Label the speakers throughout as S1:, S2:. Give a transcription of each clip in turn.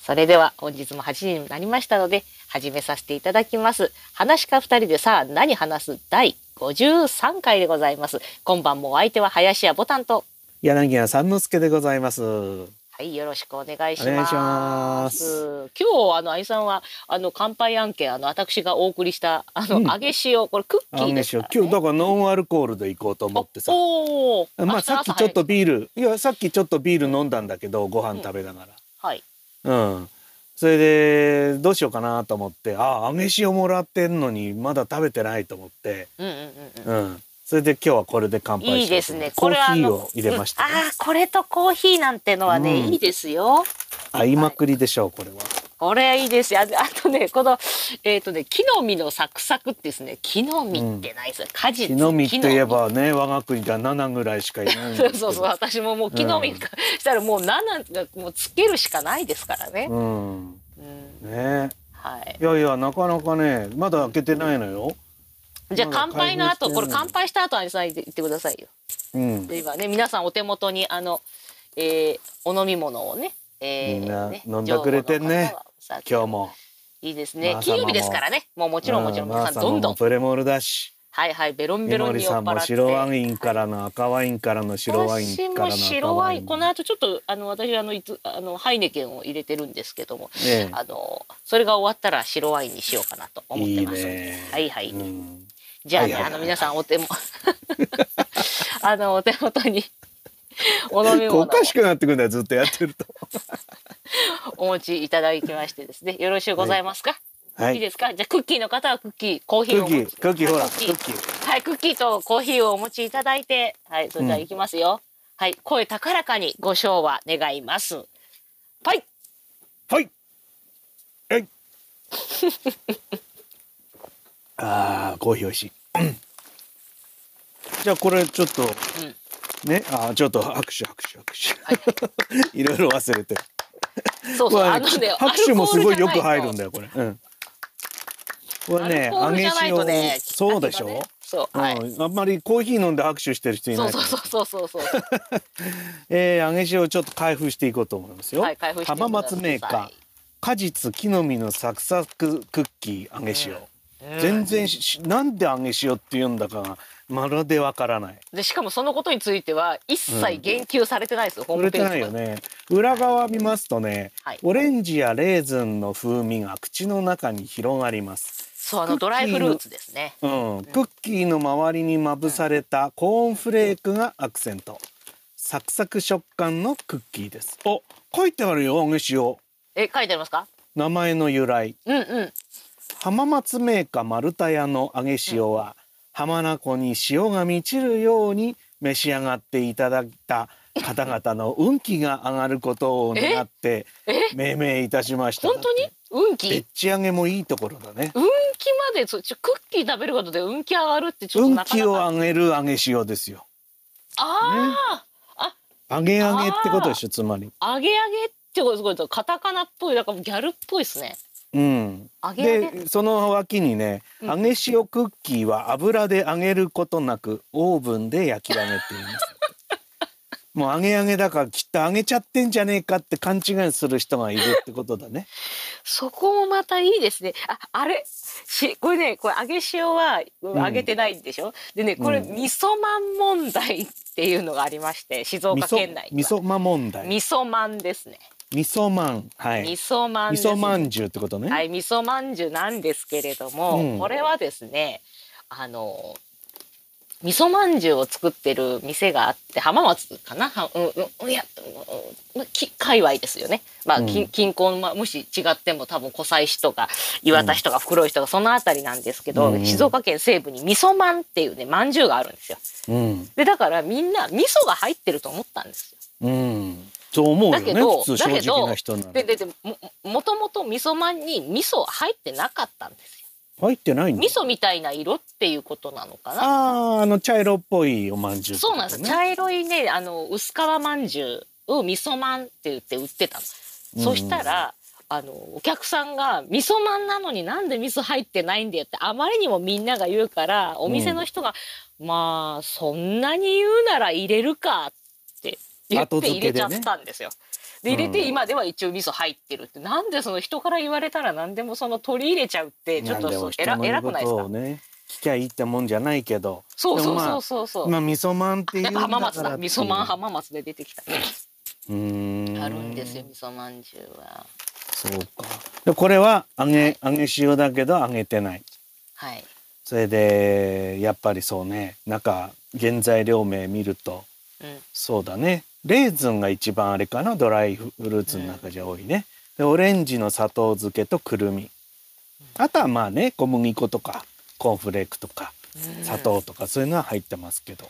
S1: それでは本日も8時になりましたので始めさせていただきます話か二人でさあ何話す第53回でございます今晩もお相手は林家ボタンと
S2: 柳家三之助でございます。は
S1: はいよろしくお願いし
S2: お願
S1: ま
S2: い
S1: す
S2: します
S1: 今日あの愛さんはあの乾杯案件あの私がお送りしたあの、
S2: うん
S1: 揚げ塩これクッキーです
S2: し
S1: か
S2: ょ
S1: ら、ね、
S2: 今日だからノンアルコールで行こうと思ってさ。
S1: おおー
S2: まあ
S1: 朝
S2: さ
S1: 朝
S2: っ
S1: 早
S2: き
S1: い
S2: ちょっとビール、いやさっきちょっとビール飲んだんだけど、ご飯食べなが
S1: はい
S2: ら。うん。それでどうしようかなと思って、あ、揚げ塩もらってんのにまだ食べてないと思って、
S1: うんうんうんうん
S2: うん。それで今日はこれで乾杯しようと思って
S1: いいですね。
S2: コ
S1: これは
S2: ー
S1: あ
S2: ヒー
S1: の
S2: を入れました
S1: うん。ああ、これとコーヒーなんてのはね、
S2: うん
S1: いいですよ。
S2: 合いまくりでしょう、これは。
S1: これいいですよ。ああとね、この、えっ、とね、木の実のサクサクってですね、木の実ってないですよ。果実。
S2: 木の実といえばね、我が国では7ぐらいしかいないんで
S1: 木の実。
S2: すけど。
S1: そうそう、私ももう木の実か、したらもう7がもうつけるしかないですからね。
S2: うん。
S1: うん、
S2: ね。
S1: はい。
S2: いやいやなかなかねまだ開けてないのよ。
S1: じゃあ
S2: まだ
S1: 乾杯の後、
S2: 開封してない
S1: これ乾杯した後、アニさん言ってくださいよ。
S2: うん。
S1: で今ね、皆さんお手元にあの、えー、お飲み物をね、えー、
S2: みんな
S1: ね
S2: 飲んでくれてんね。今日も。
S1: いいですね
S2: ま。あ
S1: 金曜日ですからね。もうもちろんもちろん
S2: う
S1: 皆さん
S2: まあ
S1: どんど
S2: も
S1: ん。
S2: プレモルだし。
S1: はいはいベロンベ
S2: み
S1: ロ
S2: の
S1: ン
S2: り
S1: に酔
S2: さ
S1: っ
S2: ん
S1: 払
S2: も
S1: って。
S2: 白ワインからの赤ワインからの白ワインからの
S1: 私
S2: 赤
S1: も白
S2: ワ
S1: ワ
S2: イ
S1: イ
S2: ン。
S1: ンこの後ちょっとあの私あのいつあのハイネケンを入れてるんですけども、
S2: ええ
S1: あのそれが終わったら白ワインにしようかなと思っ
S2: い
S1: て
S2: い
S1: ます。
S2: ね。
S1: はいはい。
S2: うん
S1: じゃあ
S2: はい
S1: ね
S2: はいは
S1: あ
S2: い
S1: の皆さんお手も あのお手元にお飲み物
S2: こうお
S1: を
S2: かしくなってくるんだよずっとやってると。
S1: お持ちいただきましてですねよろしゅうございますか。、
S2: は
S1: い
S2: いい。
S1: ですかじゃあクッキーの方はクッキーコーヒ
S2: ク
S1: ーを
S2: ッ
S1: お
S2: キ
S1: 持ち
S2: ークッキーほら
S1: は
S2: ク
S1: い
S2: ッキー。
S1: はい、クッキーとコーヒーをお持ちいただいて、はい、それではいきますよ。はい、声高らかにご唱和願います。はい、
S2: はい。 えい。ああ、コーヒー美味しい。じゃあこれちょっと、ね、あーちょっと拍手拍手拍 手。いろいろ忘れてる。
S1: そうそう、
S2: これ
S1: あのね、
S2: 拍手もすごいよく入るん
S1: だ
S2: だよこれ。うん。これね、
S1: アルコ
S2: 揚
S1: ールじ
S2: げ
S1: ゃない
S2: 塩
S1: とね、
S2: そうでし
S1: 味が
S2: ょ
S1: ね。そう、はい。
S2: うん、あんまりコーヒー飲んで拍手してる人い
S1: そ
S2: な
S1: う
S2: いか
S1: そう
S2: ら
S1: そうそうそうそう。
S2: えー、揚げ塩をちょっと開封していこうと思いますよ、
S1: はい開封してください
S2: 浜松メーカー果実木の実のサクサククッキー揚げ塩、全然しなんで揚げ塩って言うんだかがまるでわからない
S1: で、しかもそのことについては一切言及されてないですよ、ホー
S2: 売
S1: ム
S2: れ
S1: ペ
S2: て
S1: ー
S2: な
S1: ジ
S2: いよ
S1: は。
S2: ね裏側見ますとね、
S1: はい
S2: オレンジやレーズンの風味が口の中に広がります
S1: そう、あのドライフルーツですね。
S2: うん、クッキーの周りにまぶされたコーンフレークがアクセントサクサク食感のクッキーですお書いてあるよ揚げ塩
S1: え、書いてありますか
S2: 名前の由来
S1: うんうん。
S2: 浜松メーカー丸太屋の揚げ塩は、浜名湖に塩が満ちるように召し上がっていただいた方々の運気が上がることを願って
S1: え、
S2: 命名いたしました
S1: 本当
S2: だ
S1: に
S2: って
S1: 運
S2: で
S1: 気
S2: っち上げもいいところだね
S1: 運気までそうちょクッキー食べることで運気上がるってちょっと
S2: 運
S1: なか
S2: 気
S1: な
S2: を
S1: か
S2: 上げる揚げ塩ですよ
S1: あ
S2: 揚げ揚げってことでしょつまり
S1: あ、揚げ揚げってことすごいカタカナっぽい、なんかギャルっぽいですね。
S2: うん
S1: 揚げ揚げ。
S2: でその脇にね揚げ塩クッキーは油で揚げることなくオーブンで焼き上げていますもう揚げ揚げだからきっと揚げちゃってんじゃねえかって勘違いする人がいるってことだね
S1: そこもまたいいですね。あ、あれ、し、これね、これ揚げ塩は
S2: ん
S1: 揚げてないんでしょ。でね、これ
S2: うん
S1: 味噌まん問題っていうのがありまして、静
S2: 味
S1: 岡県
S2: 噌
S1: 内
S2: 味噌まん問題
S1: 味噌まんですね。
S2: 味噌まんは
S1: 味
S2: い
S1: 噌まんで
S2: 味
S1: すね。
S2: 噌まんじゅうってことね、
S1: はい、味噌まんじゅうなんですけれども、
S2: うん
S1: これはですね、あの、味噌まんじゅうを作ってる店があって、浜松かなはうん、うん、いや、うんうん、き界隈ですよね。まあ、
S2: うん
S1: 近近郊の、まあ、もし違っても多分、湖西市とか、岩田市とか、袋井市とか、そのあたりなんですけど、
S2: うん
S1: 静岡県西部に味噌まんっていうね、まんじゅうがあるんですよ。
S2: うん
S1: で、だからみんな味噌が入ってると思ったんですよ。
S2: うんそう思うよ
S1: だ
S2: ね
S1: けど、
S2: 普通
S1: だ
S2: 正
S1: けど
S2: 直な人なら
S1: でででももともと味噌まんに味噌入ってなかったんですよ。
S2: 入ってないんだ
S1: 味噌みたいな色っていうことなのかな。
S2: あーあの茶色っぽいおまんじゅうって
S1: そ
S2: こ
S1: う
S2: と
S1: なん
S2: ね
S1: です。茶色いね、あの薄皮まんじゅうを味噌まんって言って売ってたの。
S2: うん
S1: そしたら。あのお客さんが味噌まんなのになんで味噌入ってないんだよってあまりにもみんなが言うからお店の人が、まあそんなに言うなら入れるかって言って入れちゃったんですよ。で入れ
S2: う
S1: て
S2: ん
S1: 今では一応味噌入ってるって、なんでその人から言われたら何でもその取り入れちゃうってちょっと
S2: なんで
S1: そ
S2: も
S1: う
S2: 人
S1: 偉
S2: の言
S1: 偉
S2: うこ
S1: くないです
S2: とを
S1: か
S2: ね聞きゃいいってもんじゃないけど
S1: そう
S2: でも
S1: そう
S2: ま
S1: そ
S2: あ
S1: うそうそう、
S2: まあ味噌まんっていうん
S1: や
S2: だ
S1: っぱ浜
S2: から
S1: 松だ味噌まん
S2: って
S1: 浜松で出てきた
S2: いううーん
S1: あるんですよ味噌まんじゅうは
S2: そうかでこれは揚げ揚げ塩だけど揚げてない
S1: はい
S2: それでやっぱりそうね中原材料名見ると
S1: うん
S2: そうだねレーズンが一番あれかなドライフルーツの中じゃ多いね、でオレンジの砂糖漬けとくるみあとはまあね小麦粉とかコーンフレークとか砂糖とかそういうのは入ってますけど、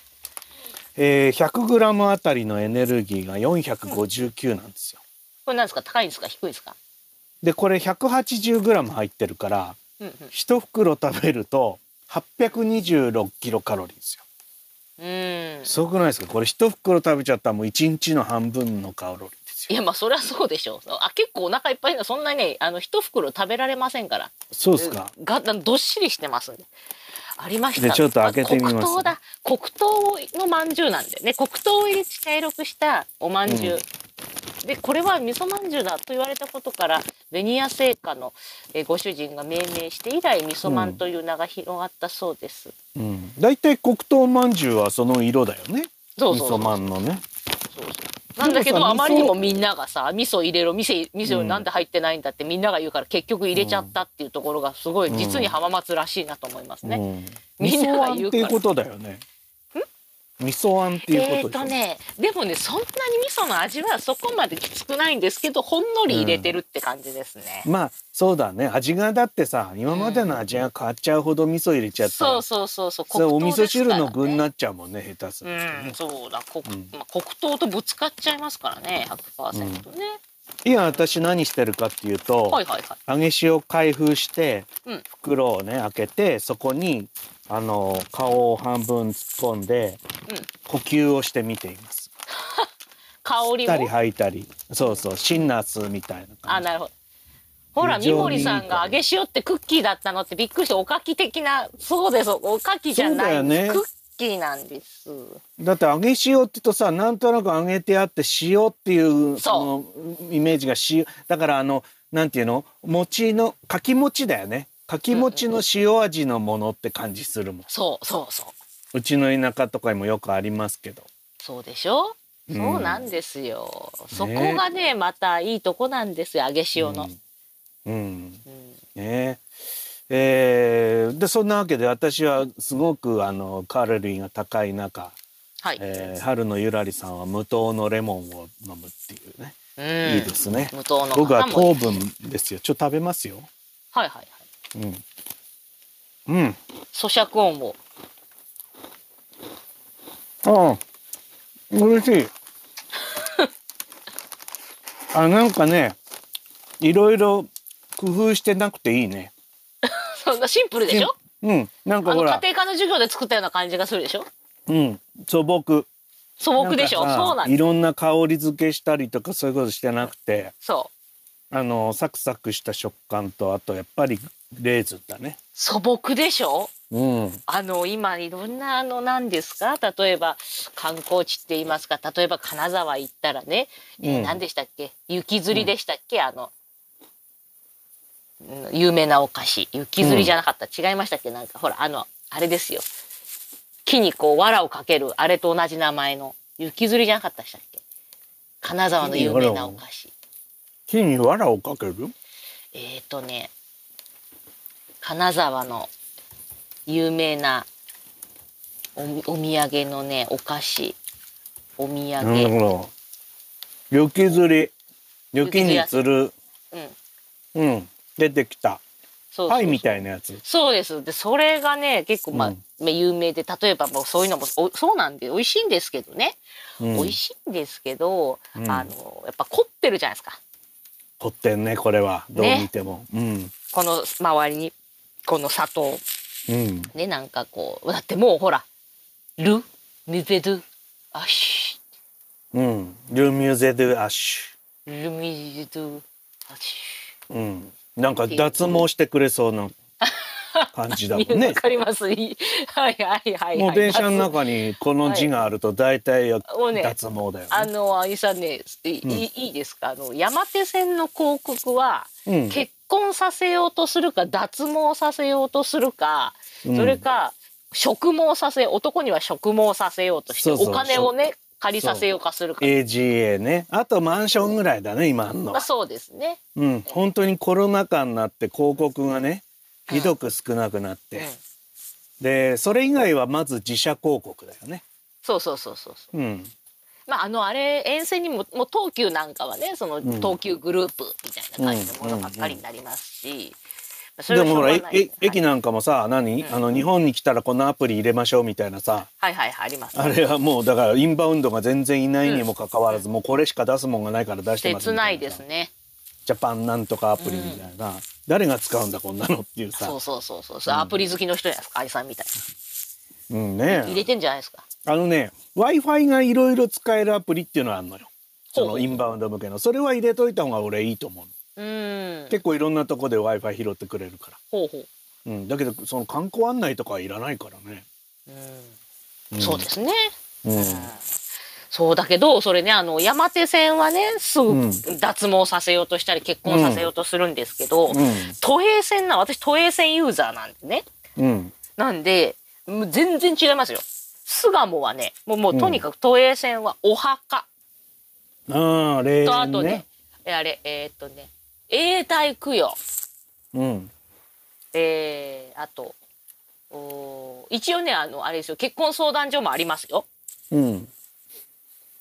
S2: えー 100g あたりのエネルギーが459なんですよ。
S1: これなんですか高いんですか低いんですか
S2: でこれ 180g 入ってるから
S1: うんうん
S2: 1袋食べると826キロカロリーですよ。
S1: うん
S2: すごくないですかこれ1袋食べちゃったらもう1日の半分のカロリーです
S1: い
S2: よ。
S1: やまあそりゃそうでしょうあ結構お腹いっぱいなそんなねあの一袋食べられませんから
S2: そうですか。
S1: がどっしりしてますんでありました
S2: でちょっと開けてみます
S1: 黒糖だ黒糖のまんじゅうなんでね黒糖を入れて茶色くしたおまんじゅう、でこれは味噌まんじゅうだと言われたことからベニヤ製菓のえーご主人が命名して以来味噌まんという名が広がったそうです、
S2: うん。だいたい黒糖まんじゅうはその色だよね。
S1: そうそうそう
S2: 味噌まんのね。
S1: そうそうなんだけど
S2: でもさ
S1: あまりにも
S2: 味
S1: みんながさ味噌入れろ味噌味噌
S2: うん
S1: なんで入ってないんだってみんなが言うから結局入れちゃったっていうところがすごい
S2: うん
S1: 実に浜松らしいなと思いますね。
S2: うん。味
S1: みんな
S2: 噌
S1: が
S2: あん
S1: 言うから
S2: っていうことだよね。味噌あんっていう
S1: え
S2: こ
S1: ー
S2: と
S1: と
S2: でしょ。
S1: ねでもねそんなに味噌の味はそこまできつくないんですけどほんのり入れてるって感じですね。
S2: まあそうだね味がだってさ今までの味が変わっちゃうほど味噌入れちゃったら、
S1: そうそうそうそう
S2: それお味噌汁の具
S1: 軍
S2: になっちゃうもんね下手す
S1: う
S2: るとね、
S1: ん、そうだ黒,、
S2: うん
S1: まあ、黒糖とぶつかっちゃいますからね100%ね、
S2: 今私何してるかっていうと、
S1: はいはいはい
S2: 揚げ塩を開封して、
S1: うん
S2: 袋をね開けてそこにあの顔を半分突っ込んで、
S1: うん
S2: 呼吸をして見ています。
S1: 香
S2: 吸っ
S1: り
S2: た
S1: も
S2: り吐いたりそうそう辛ナスみたいな
S1: あ
S2: 感じ。
S1: なるほどほら
S2: 非
S1: み
S2: 常に
S1: もりさんが揚げ塩ってクッキーだったのってびっくりしておかき的なそうですおかきじゃないんです
S2: そうだよね
S1: クッキーなんです
S2: だって揚げ塩って言うとさなんとなく揚げてあって塩っていう
S1: そ
S2: のイメージが塩だからあのなんていうの餅のかき餅だよねかき餅の塩味のものって感じするもん、
S1: そうそうそう
S2: うちの田舎とかにもよくありますけど
S1: そうでしょ
S2: うん
S1: そうなんですよ、そこがねまたいいとこなんですよ揚げ塩の、
S2: うん、うんね
S1: うん
S2: ええーでそんなわけで私はすごくあのカロリーが高い中、
S1: はい、
S2: えー春のゆらりさんは無糖のレモンを飲むっていうね、
S1: うん
S2: いいですね
S1: 無糖の
S2: 僕は
S1: 方も
S2: 糖分ですよちょっと食べますよ
S1: はいはいはい
S2: うんうん
S1: 咀嚼音を
S2: あ嬉し いあなんかねいろいろ工夫してなくていいね
S1: そんなシンプルでしょ
S2: うんなん
S1: あ
S2: か
S1: の
S2: ほ
S1: 家
S2: ら
S1: 庭科の授業で作ったような感じがするでしょ
S2: うん素朴
S1: 素朴でしょ
S2: なんかさ
S1: そうなん
S2: い
S1: です
S2: ろんな香り付けしたりとかそういうことしてなくて
S1: そう
S2: あのサクサクした食感とあとやっぱりレーズンだね
S1: 素朴でしょ
S2: うん
S1: あの今いろんなあの何ですか例えば観光地って言いますか例えば金沢行ったらね、えー
S2: うん
S1: 何でしたっけ雪吊りでしたっけ、あのうん有名なお菓子雪吊りじゃなかった、違いましたっけなんかほらあのあれですよ木にこう藁をかけるあれと同じ名前の雪吊りじゃなかったでしたっけ金沢の有名なお菓子
S2: 火に藁をかける
S1: えっ、ー、とね金沢の有名なおみお土産のねお菓子お土
S2: なる
S1: 産、
S2: ほど雪吊り雪に吊る
S1: うん
S2: うん出てきた
S1: そうそう
S2: パイみたいなやつ
S1: そうですでそれがね結構まあ、
S2: うん
S1: まあ有名で例えばもうそういうのもおそうなんで美味しいんですけどね、
S2: うん
S1: 美味しいんですけど、
S2: うん
S1: あのやっぱ凝ってるじゃないですか
S2: 凝ってんねこれはどう見ても、
S1: この周りにこの砂糖
S2: うんうん
S1: ねなんかこうだってもうほら「ル・ミベドゥ・アッシュ」
S2: うんルミュゼドゥアッシ
S1: ルミジドゥアシ
S2: ュうんなんか脱毛してくれそうな感じだ
S1: わ、
S2: もんね。
S1: かります。いいはいはいはい、はい。
S2: もう電車の中にこの字があると大体や
S1: もうね
S2: 脱毛だよね。
S1: あのあいさんねい,い、
S2: うん
S1: いいですかあの山手線の広告は、
S2: うん
S1: 結婚させようとするか脱毛させようとするか、
S2: うん
S1: それか植毛させ男には植毛させようとして
S2: そうそう
S1: お金をね借りさせようかするか
S2: AGA ね。あとマンションぐらいだね今あんの
S1: まあ
S2: は。
S1: そうですね。
S2: うん本当にコロナ禍になって広告がねひどく少なくなっ
S1: うん
S2: て、でそれ以外はまず自社広告だよね。
S1: そうそうそうそうそ
S2: うん
S1: う。まああのあれ沿線にももう東急なんかはねその
S2: ん
S1: 東急グループみたいな感じのものばっかりになりますし。まあそれは
S2: で
S1: し
S2: も
S1: ょう
S2: ほ
S1: が
S2: らえ
S1: ない
S2: え駅
S1: はい
S2: なんかもさ何、あの日本に来たらこのアプリ入れましょうみたいなさ
S1: はいはいはいありますね
S2: あれはもうだからインバウンドが全然いないにもかかわらず、もうこれしか出すもんがないから出してます
S1: 切
S2: みた
S1: ない
S2: いな
S1: ですね。
S2: ジャパンなんとかアプリみたいな、誰が使うんだこんなのっていうさ
S1: そうそうそうそう、アプリ好きの人じゃないですか、愛さんみたい
S2: うん
S1: な。入れ
S2: ね
S1: てんじゃないですか。
S2: あのね w i f i がいろいろ使えるアプリっていうのはあるのよ
S1: ほう
S2: そのインバウンド向けのそれは入れといた方が俺いいと思うの
S1: うーん。
S2: 結構いろんなとこで w i f i 拾ってくれるか
S1: ほうほう。
S2: ら、うん、だけどその観光案内とかはいらないからね、
S1: うん、そうですね。
S2: うん
S1: そうだけど、それね、あの山手線はね、す
S2: う
S1: ぐ
S2: ん
S1: 脱毛させようとしたり、結婚させようとするんですけど。
S2: うん
S1: 都営線な、私都営線ユーザーなんでね。
S2: うん
S1: なんで、もう全然違いますよ。巣鴨はね、もうもうとにかく都営線はお墓。
S2: ああ霊
S1: とあ
S2: 園
S1: とね
S2: ね、
S1: えあれ、えーっとね、永代供養。
S2: うん
S1: えー、あとおー一応ねあのあれですよ結婚相談所もありますよ
S2: うん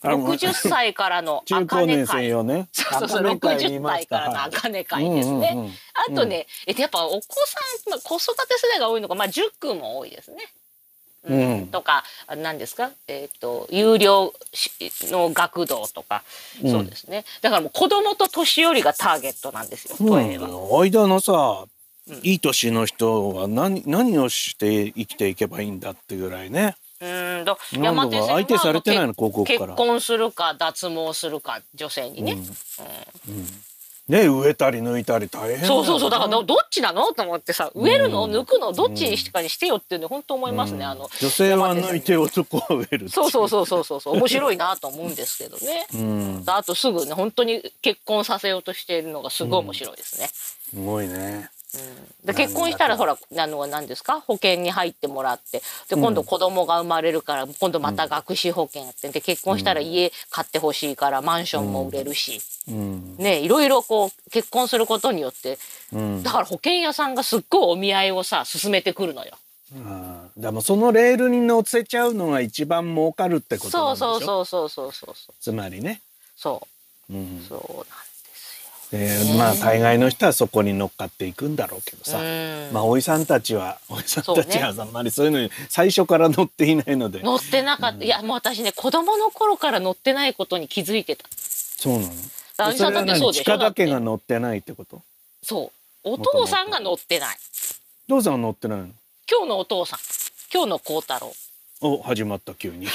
S2: あの
S1: 60歳からの
S2: 中高年生用ね
S1: そうそうそう
S2: 赤根会言い
S1: 60
S2: ま
S1: 歳
S2: した
S1: からの
S2: はい
S1: 茜会ですね、
S2: うんうんうん
S1: あとね、えっとやっぱお子さん、まあ、子育て世代が多いのか、まあ、塾も多いですね。
S2: うん
S1: とかあ何ですか、えっと有料しの学童とか、
S2: うん
S1: そうですねだからもう子供と年寄りがターゲットなんですよ、都営は。
S2: うん、間のさいい年の人は何何をして生きていけばいいんだってぐらいね
S1: うんだ
S2: なんだか
S1: 山手線は
S2: 相手されてない
S1: も
S2: の
S1: うけ
S2: 広告から
S1: 結婚するか脱毛するか女性にね、
S2: ね植えたり抜いたり大変だよ
S1: そうそうそうだからどどっちなのと思ってさ植えるの抜くのどっちにしかにしてよってね本当思いますね、あの
S2: 女性は
S1: 山手線
S2: 抜いて男は植える
S1: そうそうそうそうそうそう面白いなと思うんですけどね、
S2: うん
S1: あとすぐね本当に結婚させようとしているのがすごい面白いですね、
S2: すごいね
S1: で結婚したらほらあの何ですか保険に入ってもらってで今度子供が生まれるから今度また学資保険やってで結婚したら家買ってほしいからマンションも売れるし、
S2: うん
S1: ねいろいろこう結婚することによって
S2: うん
S1: だから保険屋さんがすっごいお見合いをさ勧めてくるのよ。
S2: あーでもそのレールに乗せちゃうのが一番儲かるってことな
S1: そ
S2: ん
S1: う
S2: でしょ
S1: そうそうそうそうそうそう
S2: つまりね、
S1: そう
S2: うん
S1: そう
S2: でまあ大概の人はそこに乗っかっていくんだろうけどさ、
S1: うん
S2: まあおいさんたちはおいさん
S1: そう
S2: たち
S1: ね
S2: はあんまりそういうのに最初から乗っていないので
S1: 乗ってなかった、いやもう私ね子供の頃から乗ってないことに気づいてた。
S2: そうなの
S1: あ
S2: そ
S1: 兄さ
S2: れは
S1: んだってそう
S2: 何
S1: でしょ
S2: 近田家
S1: だ
S2: が
S1: っ
S2: 乗ってないってこと
S1: そうお父さんが乗ってない
S2: どうさんは乗ってないの
S1: 今日のお父さん今日の孝太郎
S2: お始まった急 に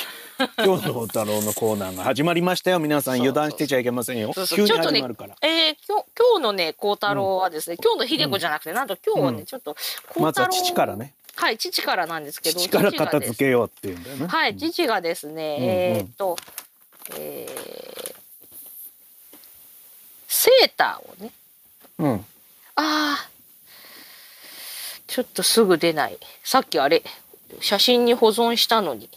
S2: 今日の宝太郎のコーナーが始まりましたよ皆さん
S1: そうそう
S2: 油断してちゃいけませんよ
S1: そうそう
S2: 急に
S1: ちょっとね
S2: 始まるから、
S1: えー、今日今日のね孝太郎はですね、今日の秀子じゃなくてなんと今日はね、
S2: うん
S1: ちょっと孝太郎
S2: まずは父からね
S1: はい父からなんですけど
S2: 父から
S1: がです
S2: 片付けようっていうんだよね
S1: はい、父がですね、
S2: うん
S1: えーっと、えーセーターをね、
S2: うん
S1: ああ、ちょっとすぐ出ない。さっきあれ、写真に保存したのに。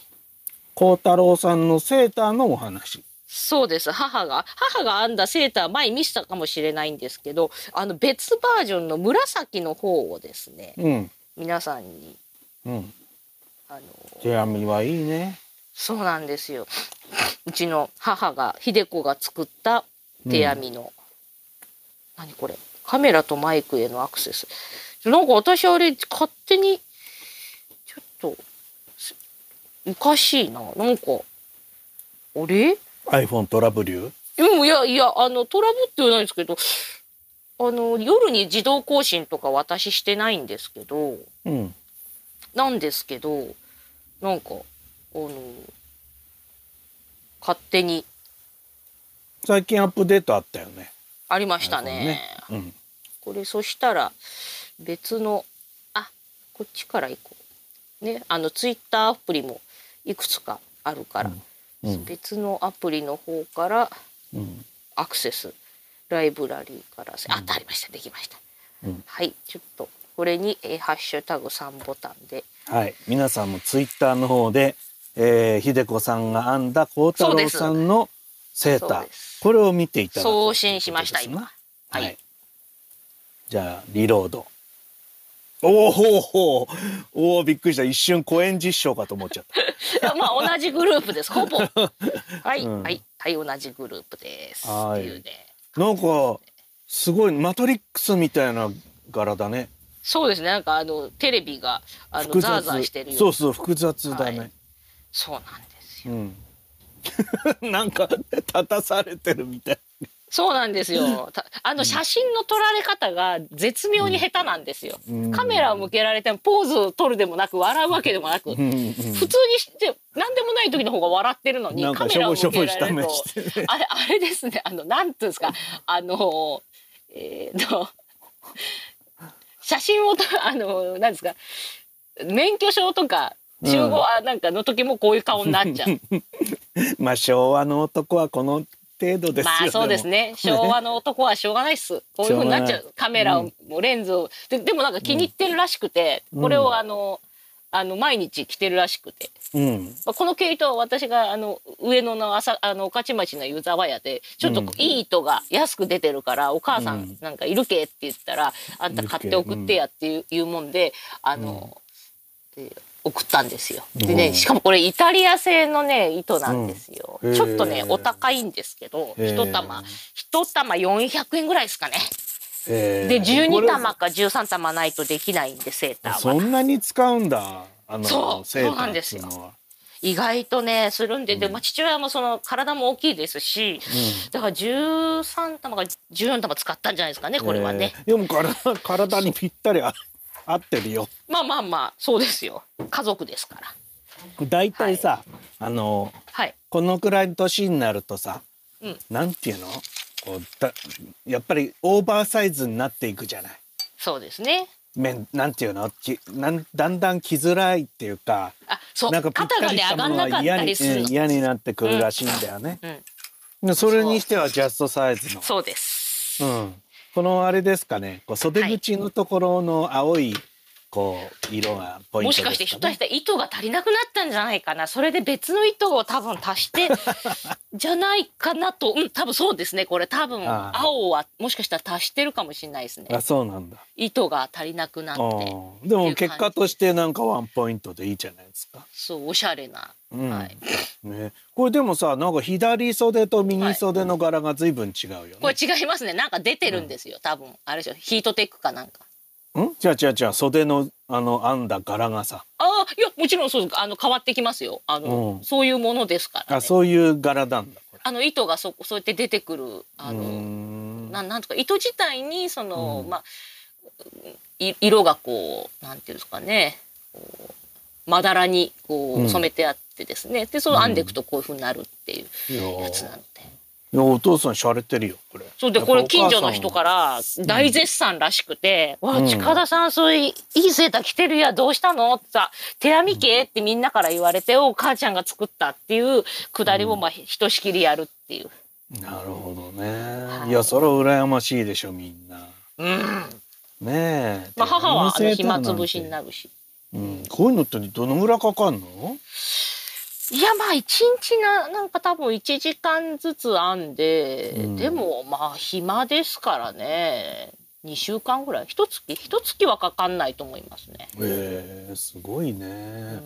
S2: 光太郎さんのセーターのお話
S1: そうです母が母が編んだセーター前に見せたかもしれないんですけどあの別バージョンの紫の方をですね
S2: うん
S1: 皆さんに
S2: うん
S1: あの
S2: 手編みはいいね
S1: そうなんですよ。うちの母が秀子が作った手編みの、何これカメラとマイクへのアクセス。なんか私あれ勝手にちょっとすおかしいな。なんかあれ？
S2: iPhone トラブル
S1: うんいやいやあのトラブってはないですけど。あの夜に自動更新とか私してないんですけど
S2: うん
S1: なんですけどなんかあの勝手に
S2: 最近アップデートあったよね
S1: ありましたね。
S2: iPhone ね
S1: これそしたら別のあこっちから行こう。ね、あのツイッターアプリもいくつかあるから、
S2: うん
S1: 別のアプリの方から
S2: うん
S1: アクセスライブラリーからせ、あありましたできました、
S2: うん
S1: はいちょっとこれに、えーハッシュタグ3ボタンで
S2: はい、皆さんもツイッターの方で、えー、秀子さんが編んだ孝太郎さんのセータ
S1: そう
S2: ー
S1: です
S2: これを見ていただこ
S1: 送
S2: う
S1: 信しました
S2: ということ
S1: 今
S2: ですね
S1: はい、
S2: はい、じゃあリロードおおほうほうおおびっくりした一瞬公演実証かと思っちゃっ た
S1: まあ同じグループですほ ぼはい、
S2: うん
S1: はいはい同じグループです
S2: はい
S1: っていうね
S2: なんかすごいマトリックスみたいな柄だね
S1: そうですねなんかあのテレビがあの
S2: 複
S1: ザー
S2: 雑
S1: ザーしてるよ
S2: そううそう複雑だね、
S1: はいそうなんですよ
S2: うん、 なんか立たされてるみたい
S1: そうなんですよたあの写真の撮られ方が絶妙に下手なんですよ、
S2: うん
S1: カメラを向けられてもポーズを撮るでもなく笑うわけでもなく、
S2: うんうん
S1: 普通にして何でもない時の方が笑ってるのに
S2: なん
S1: カ
S2: か
S1: メ
S2: しょ
S1: ラを
S2: ぼ
S1: 向
S2: しょ
S1: け
S2: ぼ
S1: ら
S2: した
S1: れる
S2: 目
S1: と
S2: して
S1: あれあれですねあのなんていうんですかあのえー、と写真をとあのなんですか免許証とか中
S2: うん
S1: 古はなんかの時もこういう顔になっちゃう、
S2: まあ昭和の男はこの程度 ですよ
S1: まあそうです
S2: も
S1: ね昭和の男はしょうがないっすこういうふうになっちゃうカメラを、もうレンズをででもなんか気に入ってるらしくて、
S2: うん
S1: これをあのあの毎日着てるらしくて。
S2: うん
S1: まあ、この毛糸は私があの上野の朝あの御徒町の湯沢屋でちょっと
S2: うん
S1: いい糸が安く出てるから、お母さ
S2: うんん
S1: なんかいるけって言ったら、あんた買って送ってやっていう,、もんであの、えー送ったんですよ。で
S2: う
S1: ね
S2: ん
S1: しかもこれイタリア製のね糸なんですよ。
S2: うんへー
S1: ちょっとねお高いんですけど
S2: へー
S1: 一玉一玉400円ぐらいですかね。
S2: えー
S1: で
S2: こ
S1: 12
S2: れ
S1: 玉か13玉ないとできないんでセーターは
S2: そんなに使うんだあの
S1: そう
S2: セーター
S1: そうなんですよ
S2: っていうのは
S1: 意外とねするんでで、まあ、父親もその体も大きいですし。だから13玉か14玉使ったんじゃないですかねこれはね、、
S2: えーでもから体にぴったりあ合ってるよ
S1: まあまあまあそうですよ家族ですから
S2: 大体さ、あの
S1: はい
S2: このくらいの年になるとさ、
S1: うん
S2: なんていうのこうだやっぱりオーバーサイズになっていくじゃない
S1: そうですね
S2: 面なんていうのきなんだんだん着づらいっていうか
S1: あそう
S2: なんかぴっ
S1: 肩
S2: た
S1: が
S2: り
S1: ね
S2: した
S1: 上
S2: も
S1: がん
S2: の
S1: なか
S2: は
S1: っ
S2: 嫌
S1: た
S2: に
S1: りする
S2: うん
S1: の、
S2: 嫌になってくるらしいんだよね。
S1: うん、
S2: でそれにしてはジャストサイズの、
S1: そうです
S2: うん、このあれですかねこう袖口のところの青いこう色がポイン
S1: も
S2: ト
S1: しか
S2: で
S1: してひょっ
S2: すか、
S1: と
S2: ね
S1: し。たら糸が足りなくなったんじゃないかなそれで別の糸を多分足して じゃないかなとうん多分そうですねこれ多分
S2: あー
S1: 青はもしかしたら足してるかもしれないですね
S2: あそうなんだ。
S1: 糸が足りなくなっ
S2: あ
S1: て
S2: ーでも結果としてなんかワンポイントでいいじゃないですか。
S1: そうおしゃれな、
S2: うん
S1: はい
S2: ね、これでもさなんか左袖と右袖の柄が随分違うよね。
S1: これ違いますね。なんか出てるんですよ。多分あれでしょ。ヒートテックかなんか。
S2: んじゃあじゃあじゃあ袖のあの編んだ柄がさ
S1: ああ、いやもちろんそうですあの変わってきますよ。あの、
S2: うん
S1: そういうものですから、ね。
S2: あそういう柄なんだこれ。
S1: あの糸がそそうやって出てくるあの、
S2: うーん
S1: なんなんとか糸自体にその、
S2: うん
S1: まあい色がこうなんていうんですかね。こうまだらにこ
S2: う
S1: うん染めてあってですね。でそれを編んでいくとこういう風になるっていう
S2: いや
S1: やつなの
S2: ー
S1: で。
S2: いやお父さん洒落てるよこれ。
S1: そうで
S2: やっぱ
S1: これ
S2: お母さん
S1: 近所の人から大絶賛らしくて「わあ
S2: うん
S1: 近田さんそういういいセーター着てるやどうしたの?」ってさ「手編み系?」ってみんなから言われて「お母ちゃんが作った」っていうくだりをまあひとしきりやるっていう。
S2: なるほどね。
S1: はい
S2: いやそれは羨ましいでしょみんな。
S1: うん
S2: ねえ。
S1: まあ、母はあの
S2: 男性
S1: 暇
S2: と
S1: つ
S2: なんて
S1: ぶしになるし。
S2: うん、こういうのってどのぐらいかかんの？
S1: いやまあ一日ななんか多分1時間ずつ編んで、
S2: うん
S1: でもまあ暇ですからね2週間ぐらい一月一月はかかんないと思いますね。
S2: ええすごいね。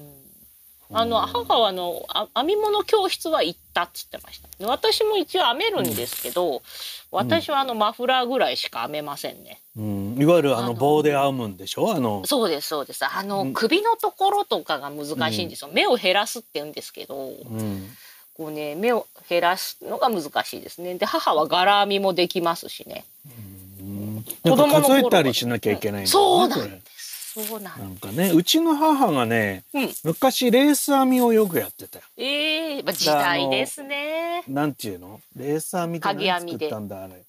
S1: あの母はあのあ編み物教室は行ったっつってましたで私も一応編めるんですけど、私はあのマフラーぐらいしか編めませんね、
S2: うん、いわゆるあ
S1: あの
S2: の棒で編むんでしょ？あの、
S1: そうですそうですあの、
S2: うん
S1: 首のところとかが難しいんですよ、目を減らすって言うんですけど
S2: うん、
S1: こうね目を減らすのが難しいですねで母は柄編みもできますしね
S2: うん
S1: 子
S2: な
S1: 供の
S2: ん
S1: 頃
S2: か
S1: は
S2: 数えたりしなきゃいけないんだ
S1: そ
S2: よ
S1: う
S2: ね
S1: なんですそうな
S2: これなんんかね、うちの母がね、
S1: うん
S2: 昔レース編みをよくやってたよ。
S1: ええまあ時代ですね
S2: なんていうの？レース編みって
S1: 鍵編
S2: 何
S1: み
S2: 作
S1: で
S2: ったんだあれ。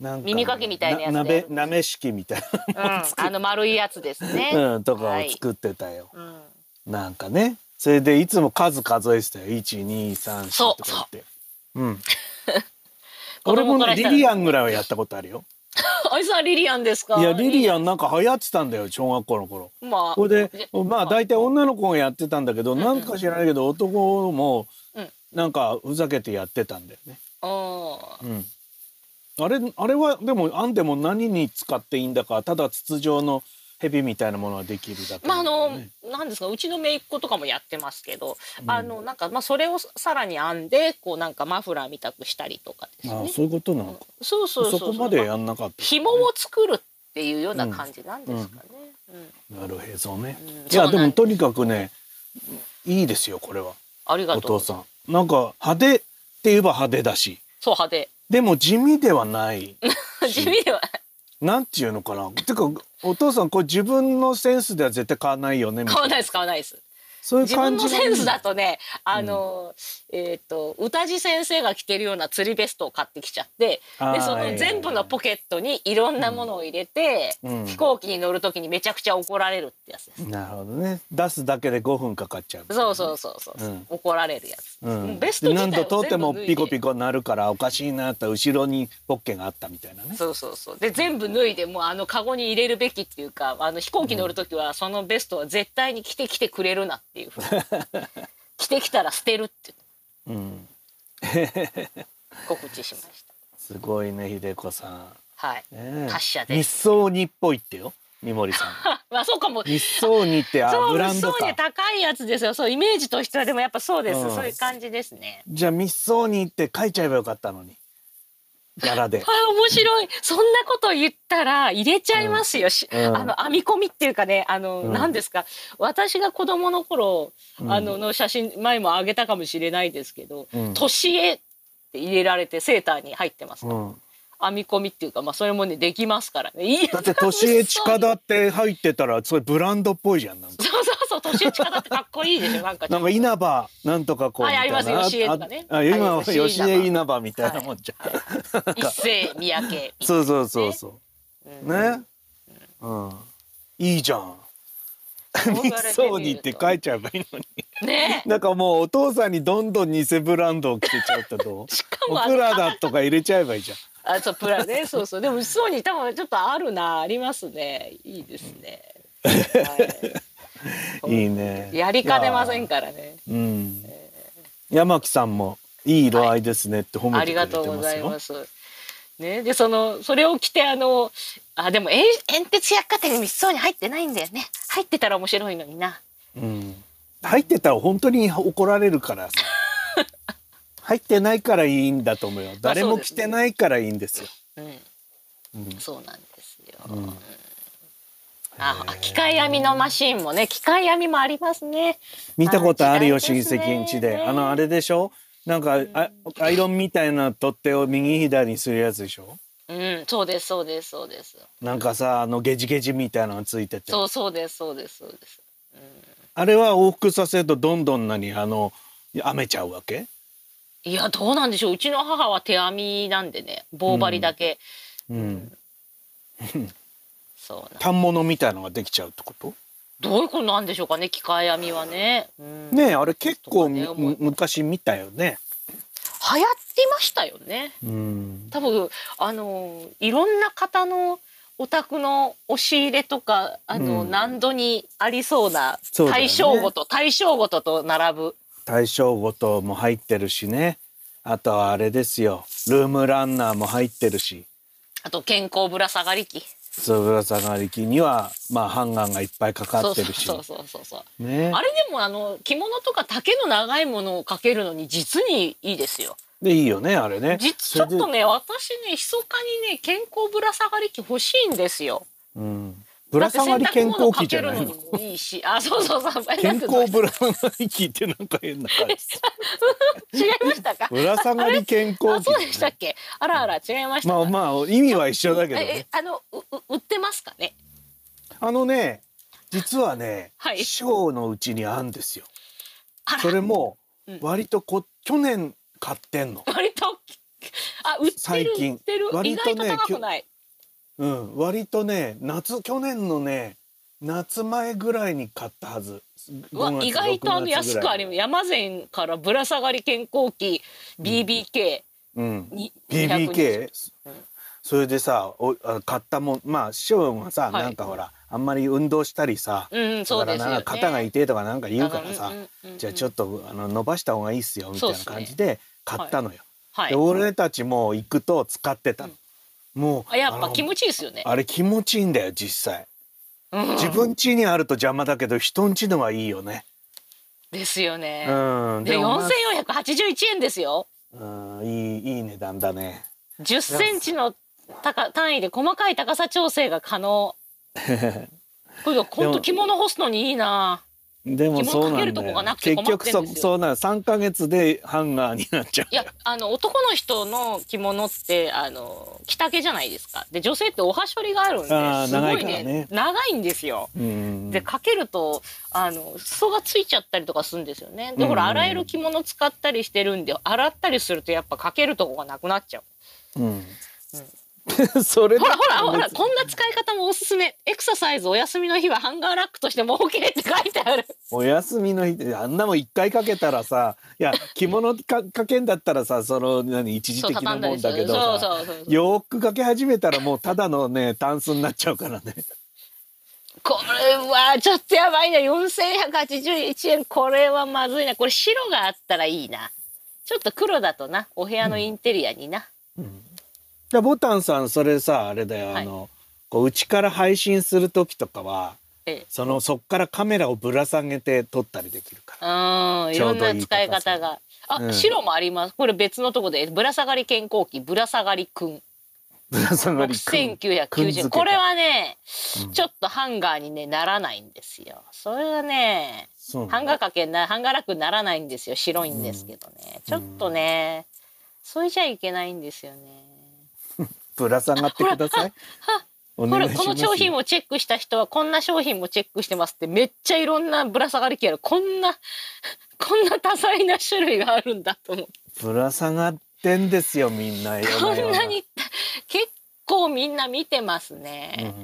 S2: なんか
S1: 耳かきみたいなやつで
S2: な鍋鍋式みた い
S1: うん、あの丸いやつですね。
S2: な、うん、とか
S1: は
S2: を
S1: い
S2: 作ってたよ、
S1: うん
S2: なんかねそれでいつも数数えてたよ1234
S1: そ
S2: と
S1: う
S2: か言ってう、ん、
S1: 子
S2: 俺
S1: 供
S2: も
S1: か
S2: ね
S1: らした
S2: リ
S1: ら
S2: リアンぐらいはやったことあるよ
S1: あいさんリリアンですか。
S2: いやリリアンなんか流行ってたんだよ小学校の頃
S1: ン。まあ。
S2: これ
S1: じ
S2: で
S1: ゃ
S2: まあ大体女の子がやってたんだけど
S1: んうん
S2: なんか知らないけど男も
S1: うん
S2: なんかふざけてやってたんだよね、
S1: う
S2: うんあれあれはでもあんでも何に使っていいんだかただ筒状の蛇みたいなものはできるだけ
S1: ん。まあ
S2: な
S1: あ
S2: んだよ
S1: の
S2: ね、
S1: なんですかうちの姪っ子とかもやってますけど、
S2: うん
S1: あのなんかまあそれをさらに編んでこうなんかマフラーみたくしたりとかです
S2: あ
S1: ね。
S2: そういうことなのか
S1: そうそうそう
S2: そこまでやんなかった、
S1: 紐を作るっていうような感じなんですかね。うん
S2: なるへそね、
S1: うん
S2: いや
S1: そう
S2: で
S1: なん
S2: もとにかくねいいですよこれは
S1: ありが
S2: お
S1: と
S2: 父
S1: う。
S2: さんなんか派手って言えば派手だし
S1: そう派手。
S2: でも地味では ない
S1: 地味では
S2: なんていうのかなてかお父さんこれ自分のセンスでは絶対買わないよねみた
S1: 買わないです買わないです。
S2: そういう
S1: 自分
S2: 感じ
S1: のセンスだ
S2: と
S1: とね、あの、えっ、と、歌地先生が着てるような釣りベストを買ってきちゃって、
S2: あー
S1: で、その全部のポケットにいろんなものを入れて、
S2: うん
S1: 飛行機に乗るときにめちゃくちゃ怒られるってやつです。
S2: なるほどね出すだけで5分かかっちゃう
S1: そうそうそうそう、
S2: うん
S1: 怒られるやつ。
S2: うん、
S1: ベスト
S2: で
S1: 自体
S2: 何
S1: を
S2: 度通っても
S1: 全部脱いで
S2: ピコピコなるからおかしいなって後ろにポッケがあったみたいなね
S1: そうそうそうで全部脱いでもうあのカゴに入れるべきっていうかあの飛行機乗る時はそのベストは絶対に着てきてくれるなっていうふう に着てきたら捨てるって
S2: うん、
S1: 告知しました
S2: すごいね秀子さ
S1: はい、
S2: ん、ねえ
S1: 達者で
S2: 日
S1: す
S2: 相にっぽいってよ三森さん
S1: まあそうかも
S2: 日相にってあ
S1: そう、
S2: ブランド
S1: そうね
S2: か
S1: 高いやつですよ。そうイメージとしてはでもやっぱそうです。
S2: うん
S1: そういう感じですね。
S2: じゃあ密相にって書いちゃえばよかったのに柄 で
S1: あ面白い。そんなこと言ったら入れちゃいますよ。し
S2: うん
S1: あの編み込みっていうかね、あの、
S2: うん
S1: 何ですか。私が子供の頃、
S2: うん
S1: あのの写真前もあげたかもしれないですけど、
S2: うん
S1: 年絵って入れられてセーターに入ってます。
S2: うん
S1: 編み込みっていうか、まあそれもねできますからね。いい
S2: だって年江近田って入ってたらそれブランドっぽいじゃんなんか
S1: そうそうそう年近だってかっこいいでしょ。なんかちょっと
S2: なんか稲葉なんとかこうみ
S1: はい
S2: たいな
S1: あります吉江とかね
S2: ああ今は
S1: はい吉江
S2: 吉江稲葉みたいなもんじゃん、
S1: 一世三宅。
S2: そうそうそうそう、
S1: ね
S2: ね、うん、いいじゃん
S1: 言われてみると
S2: 密相にって書いちゃえばいいのに
S1: ね。
S2: なんかもうお父さんにどんどん偽ブランドを着てちゃった と
S1: しかもあ
S2: オ
S1: の
S2: クラだとか入れちゃえばいいじゃん
S1: あ、そう、プラね、そうそう、でも、そうに、多分、ちょっとあるな、ありますね。いいですね。はい
S2: いいね
S1: やりかねませんからね。
S2: うん、山木さんもいい色合いですねって褒め
S1: あ
S2: て
S1: り
S2: くれてま
S1: が
S2: すよ、
S1: とうございます。ね、で、その、それを着て、あの、あ、でも、えん、煙鉄百貨店に密そうに入ってないんだよね。入ってたら面白いのにな。
S2: うん、入ってたら本当に怒られるから さ入ってないからいいんだと思うよ誰も着てないからいいんですよ、
S1: うん、
S2: うん
S1: そうなんですよ。
S2: ん
S1: あ、機械編みのマシンもね、機械編みもありますね。
S2: 見たことあるよ
S1: あ
S2: 親
S1: 時代ですね
S2: 戚んちで
S1: ね
S2: あのあれでしょなんか、あアイロンみたいな取っ手を右左にするやつでしょ
S1: うん、そうです、そうです、そうです。
S2: なんかさあのゲジゲジみたいなのついてて
S1: そう、そうです、そうです、そうです。
S2: あれは往復させるとどんどん何あの編めちゃうわけ
S1: いやどうなんでしょううちの母は手編みなんでね棒針だけ、
S2: うん
S1: そうな
S2: 反物みたいのができちゃうってこと
S1: どういうことなんでしょうかね機械編みはね,、うん、
S2: ねえあれ結構
S1: ち
S2: み
S1: ょっとね思う
S2: 昔見たよね
S1: 流行ってましたよね
S2: うん
S1: 多分あのいろんな方のお宅の押し入れとかあの、
S2: うん
S1: 何度にありそうな
S2: そうだよね
S1: 対象ごと、対象ごとと並ぶ
S2: 大正ごとも入ってるしねあとはあれですよルームランナーも入ってるし
S1: あと健康ぶら下がり機
S2: つぶら下がり機にはまあハンガーがいっぱいかか
S1: そう
S2: って
S1: そう
S2: るし
S1: そうそうそうそう
S2: ね
S1: あれでもあの着物とか丈の長いものをかけるのに実にいいですよ
S2: でいいよねあれね
S1: 実ちょっとね私ね密かにね健康ぶら下がり機欲しいんですよ。
S2: それでうんぶら下がり健康器じゃない
S1: だって洗濯物かけるのにもいいし、あそうそうそう。
S2: 健康ぶ
S1: ら
S2: ら下がり機ってなんか変な感じ
S1: 違いましたか。
S2: ぶら下がり
S1: あ
S2: 健康器
S1: そうでしたっけ。あらあら違いました
S2: ま
S1: か。
S2: あまあ意味は一緒だけど
S1: え
S2: ね
S1: えあのうう売ってますかね。
S2: あのね実はね、
S1: はい
S2: 師匠のうちにあんですよ
S1: あら
S2: それも割とこ、去年買ってんの
S1: 割とあ売ってる
S2: 最近
S1: 売ってる
S2: 割
S1: 意
S2: とね
S1: 外と高くない
S2: うん、割とね夏去年のね夏前ぐらいに買ったはず
S1: うわ
S2: 5月
S1: 意外とあの
S2: 6月ぐ
S1: 安
S2: らい
S1: くあります山善からぶら下がり健康器 BBK
S2: うん
S1: に
S2: BBK
S1: うん
S2: それでさおあ買ったもんまあ師匠がさ、
S1: はい
S2: なんかほらあんまり運動したりさ、
S1: うんそう
S2: だ
S1: です
S2: か
S1: よね
S2: らなんか肩が痛いとかなんか言うからさ、
S1: うんうんうんうん
S2: じゃあちょっとあの伸ばした方がいいっすよみたいな感じで買ったのよ。
S1: はい
S2: で俺たちも行くと使ってたの。もう
S1: あやっぱ
S2: の
S1: 気持ちいいですよね
S2: あれ気持ちいいんだよ実際。
S1: うん
S2: 自分家にあると邪魔だけど人ん家のはいいよね。
S1: ですよね
S2: うん。
S1: で
S2: もまあ
S1: 4481円ですよ
S2: うんいいいい値段だね。
S1: 10センチの高単位で細かい高さ調整が可 能これ本
S2: で
S1: 当
S2: も
S1: 着物干すのにいいな
S2: でも
S1: 紐
S2: そう
S1: か
S2: な
S1: け
S2: ん
S1: ると
S2: だ
S1: こがな
S2: よ
S1: くて
S2: 結
S1: 困ってんで
S2: 局
S1: すよ
S2: そそうなの3ヶ月でハンガーになっちゃう
S1: いやあの男の人の着物ってあの着丈じゃないですかで女性っておはしょりがあるんで
S2: あー
S1: すご
S2: 長い
S1: い
S2: から
S1: ね
S2: ね
S1: 長いんですよ
S2: うん
S1: でかけるとあの裾がついちゃったりとかするんですよねでほ
S2: う
S1: ら
S2: ん
S1: 洗える着物使ったりしてるんで洗ったりするとやっぱかけるとこがなくなっちゃう
S2: うん、 それ
S1: ほら
S2: だ
S1: ほらほら
S2: 別に
S1: こんな使い方もおすすめエクササイズお休みの日はハンガーラックとしても OK って書いてあ る
S2: お休みの日であんなもん一回かけたらさ いや着物かかけんだったらさその何一時
S1: そう
S2: 的な
S1: 畳んだ
S2: も
S1: りする
S2: んだけど
S1: そう
S2: さ
S1: そうそうそう
S2: 洋服かけ始めたらもうただのねタンスになっちゃうからね
S1: これはちょっとやばいな4181円これはまずいなこれ白があったらいいなちょっと黒だとなお部屋のインテリアにな、
S2: でボタンさんそれさあれだよ
S1: はい
S2: あのこううちから配信する時とかは
S1: ええ
S2: そのそっからカメラをぶら下げて撮ったりできるから。
S1: うんいろんな使い方があ、
S2: うん
S1: 白もありますこれ別のとこでぶら下がり健康器ぶら下がりくん
S2: ぶら下がりくんくん
S1: 6990
S2: づけ
S1: 円
S2: た
S1: これはね、ちょっとハンガーにねならないんですよそれはね
S2: そう
S1: ハ
S2: な
S1: ン
S2: の
S1: ガーかけなハンガーラックにならないんですよ白いんですけどね、ちょっとねそれじゃいけないんですよね
S2: ぶら下がってください。お
S1: こ
S2: 願
S1: れ
S2: いします
S1: この商品をチェックした人はこんな商品もチェックしてますってめっちゃいろんなぶら下がり機あるこんな こんな多彩な種類があるんだと思って
S2: ぶら下がってんですよみんな。
S1: こ
S2: 夜なん夜
S1: なに結構みんな見てますね、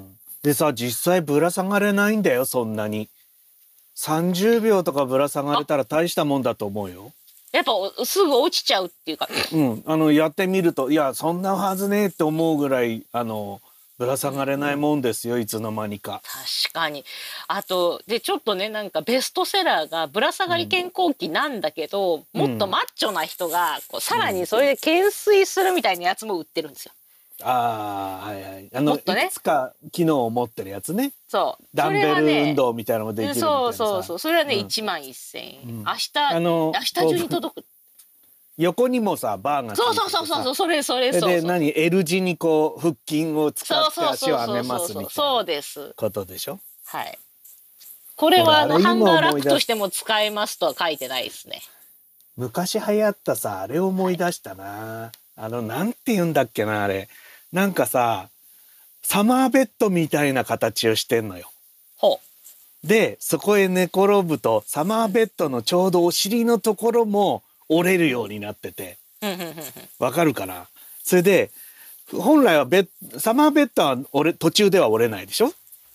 S2: でさ実際ぶら下がれないんだよそんなに。30秒とかぶら下がれたら大したもんだと思うよ。
S1: やっぱおすぐ落ちちゃうっていうか
S2: うん、あのやってみるといやそんなはずねえって思うぐらいあのぶら下がれないもんですよいつの間にか。
S1: 確かにあとでちょっとねなんかベストセラーがぶら下がり健康器なんだけど、もっとマッチョな人がこうさらにそれで懸垂するみたいなやつも売ってるんですよ。
S2: ああはいはい。あ
S1: も
S2: の、
S1: っとね
S2: いつか機能を持ってるやつね。
S1: そう
S2: ダンベ
S1: それ
S2: ル
S1: はね
S2: 運動みたいなのもできるみたい
S1: そ
S2: な
S1: う
S2: さ
S1: そうそうそれはね、
S2: うん
S1: 1万1,000円、
S2: うん
S1: 明日
S2: あの
S1: 明日中に届く
S2: 横にもさバーがつい
S1: そ
S2: て
S1: う
S2: て
S1: そう
S2: さ
S1: そうそうそうそれそれ
S2: で
S1: そう
S2: で
S1: そう
S2: 何 L 字にこう腹筋を使
S1: そう
S2: って
S1: そう
S2: 足を
S1: そうそ
S2: 上
S1: う
S2: げますみた
S1: そ
S2: いうな
S1: そうです
S2: ことでしょ
S1: はいこれはあの
S2: 俺あ
S1: ハ
S2: れ
S1: ン
S2: 今
S1: ガーラッ
S2: 思い
S1: ク
S2: 出す
S1: としても使えますとは書いてないですね
S2: 昔流行ったさあれ思い出したな、あのなんて言うんだっけなあれなんかさサマーベッドみたいな形をしてんのよ
S1: ほう
S2: でそこへ寝転ぶとサマーベッドのちょうどお尻のところも折れるようになってて
S1: うんうんうんうん
S2: わかるかなそれで本来はベッサマーベッドは折れ途中では折れないでしょ、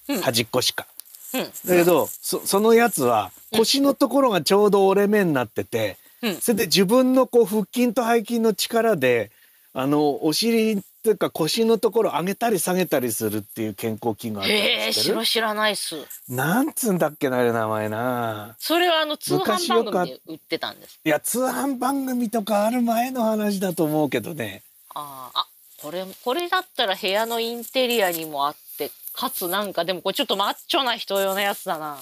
S1: うん
S2: 端っこしか。
S1: うん
S2: だけどそそのやつは腰のところがちょうど折れ目になってて、
S1: うん
S2: それで自分のこう腹筋と背筋の力であのお尻っていうか腰のところ上げたり下げたりするっていう健康器具があった
S1: へ
S2: り
S1: え
S2: してる
S1: 白知らないっす
S2: なんつうんだっけなあれ名前な
S1: それはあの通販
S2: 昔よ
S1: 番
S2: く
S1: 組で売ってたんです
S2: いや通販番組とかある前の話だと思うけどね
S1: あーあこれこれだったら部屋のインテリアにもあってかつなんかでもこれちょっとマッチョな人用のやつだな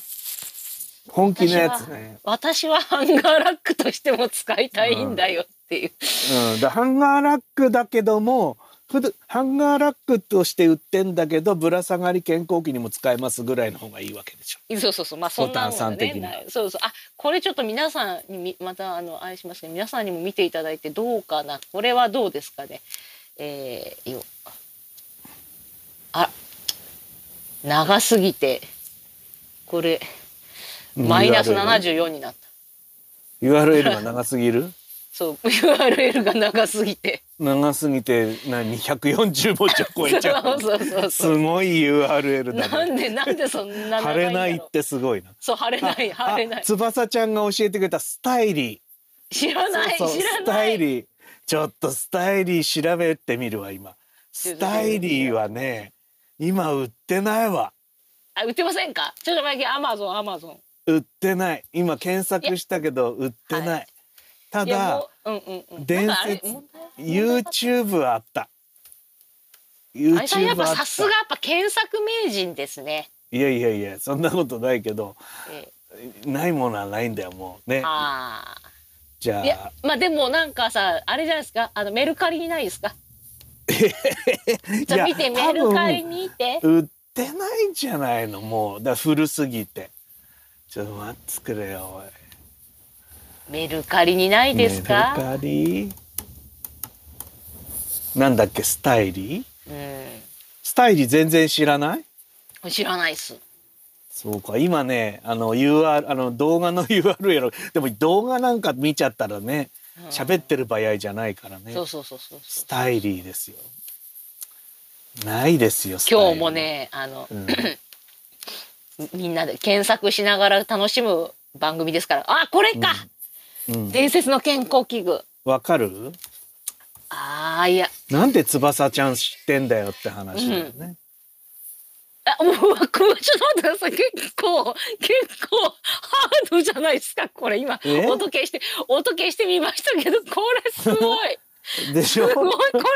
S2: 本気のやつね
S1: 私はハンガーラックとしても使いたいんだよっていう、
S2: うん、だハンガーラックだけどもふどハンガーラックとして売ってんだけどぶら下がり健康器にも使えますぐらいの方がいいわけ でしょ。
S1: そうそうそうまあそんなもん
S2: ボタンさ
S1: が
S2: ん的
S1: ね
S2: な
S1: ないそうそうあこれちょっと皆さんにみまたあのあれしますけど皆さんにも見ていただいてどうかなこれはどうですかねえー、よあ長すぎてこれマイナス74になった
S2: URL が長すぎる
S1: そう URL が長すぎて
S2: 長すぎて何140文字を超えちゃ う
S1: そうそうそうそう
S2: すごい URL だ
S1: な
S2: ね
S1: んでなんでそんな長
S2: 晴
S1: い
S2: れ
S1: んだ
S2: ないっ
S1: ろう
S2: てすごいな
S1: そう晴れない
S2: あ
S1: 晴れない
S2: 翼ちゃんが教えてくれたスタイリ
S1: 知ら
S2: ー
S1: ない
S2: そうそう
S1: 知ら
S2: ス
S1: な
S2: タイ
S1: い
S2: リーちょっとスタイリー調べてみるわ今スタイリーはね今売ってないわ
S1: あ売ってませんかちょっと前にアマゾンアマゾン
S2: 売ってない今検索したけど売ってない
S1: は
S2: た
S1: いやもうう
S2: だ
S1: んうんうん
S2: 伝
S1: なんかあれ
S2: 説
S1: 問題
S2: YouTube あった
S1: あれさんやっ
S2: YouTube
S1: ぱ
S2: あっ
S1: さす
S2: た
S1: がやっぱ検索名人ですね、
S2: いやいやいやそんなことないけど
S1: え
S2: ないものはないんだよもう
S1: ー
S2: ね
S1: あ
S2: じ
S1: あ
S2: ゃ
S1: いや
S2: あ
S1: まあでもなんかさあれじゃないですかあのメルカリにないですか
S2: い
S1: じゃあ見てメ
S2: 多
S1: ルカリ
S2: 分
S1: にて
S2: 売ってないんじゃないのもうだから古すぎてちょっと待ってくれよおい
S1: メルカリにないですか
S2: メルカリなんだっけスタイリースタイリー全然知らない
S1: うん知らないっす
S2: そうか今ねあの UR あの動画の URL をでも動画なんか見ちゃったらね喋ってる場合じゃないからね、
S1: そうそうそうそう
S2: スタイリーですよないですよスタイリー
S1: 今日もねあの、
S2: ん
S1: みんなで検索しながら楽しむ番組ですからあこれか、
S2: うん
S1: 伝説の健康器具
S2: わ、かる
S1: あーいや
S2: なんで翼ちゃん知ってんだよって話だよね、
S1: あもううわこうちょっと待ってください結構結構ハードじゃないですかこれ今
S2: え
S1: 音消して音消してみましたけどこれすごい
S2: でし
S1: す
S2: ょ
S1: ごいこ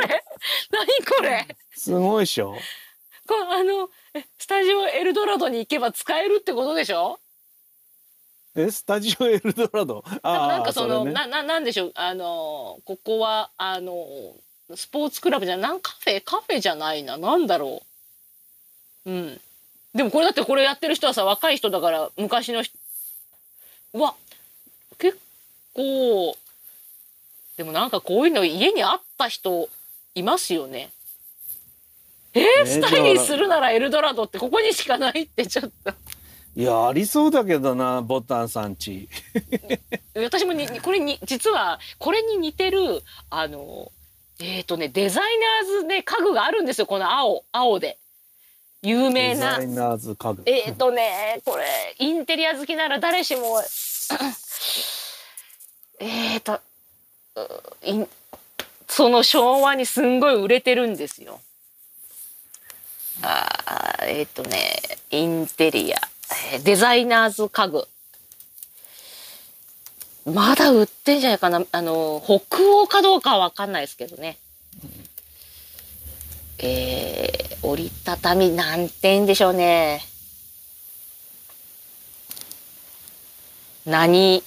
S1: れ何これ
S2: すごいでしょ
S1: これあのえスタジオエルドラドに行けば使えるってことでしょ
S2: えスタジオエルドラドああ
S1: なんかその
S2: れね
S1: なななんでしょうあのここはあのスポーツクラブじゃなんカフェカフェじゃないななんだろううんでもこれだってこれやってる人はさ若い人だから昔の人うわ結構でもなんかこういうの家にあった人いますよねえー
S2: ね
S1: スタイリー
S2: だから
S1: するならエルドラドってここにしかないってちょっと
S2: いやありそうだけどなボタンさんち
S1: 私もにこれに実はこれに似てるあのえっ、とねデザイナーズね家具があるんですよこの青青で有名
S2: デ
S1: な
S2: ザイナーズ家具
S1: えっ、とねこれインテリア好きなら誰しも えっとういんその昭和にすんごい売れてるんですよ。あーえっ、とねインテリアえーデザイナーズ家具まだ売ってんじゃないかなあの北欧かどうかは分かんないですけどね。えー、折りたたみなんて言うんでしょうね。何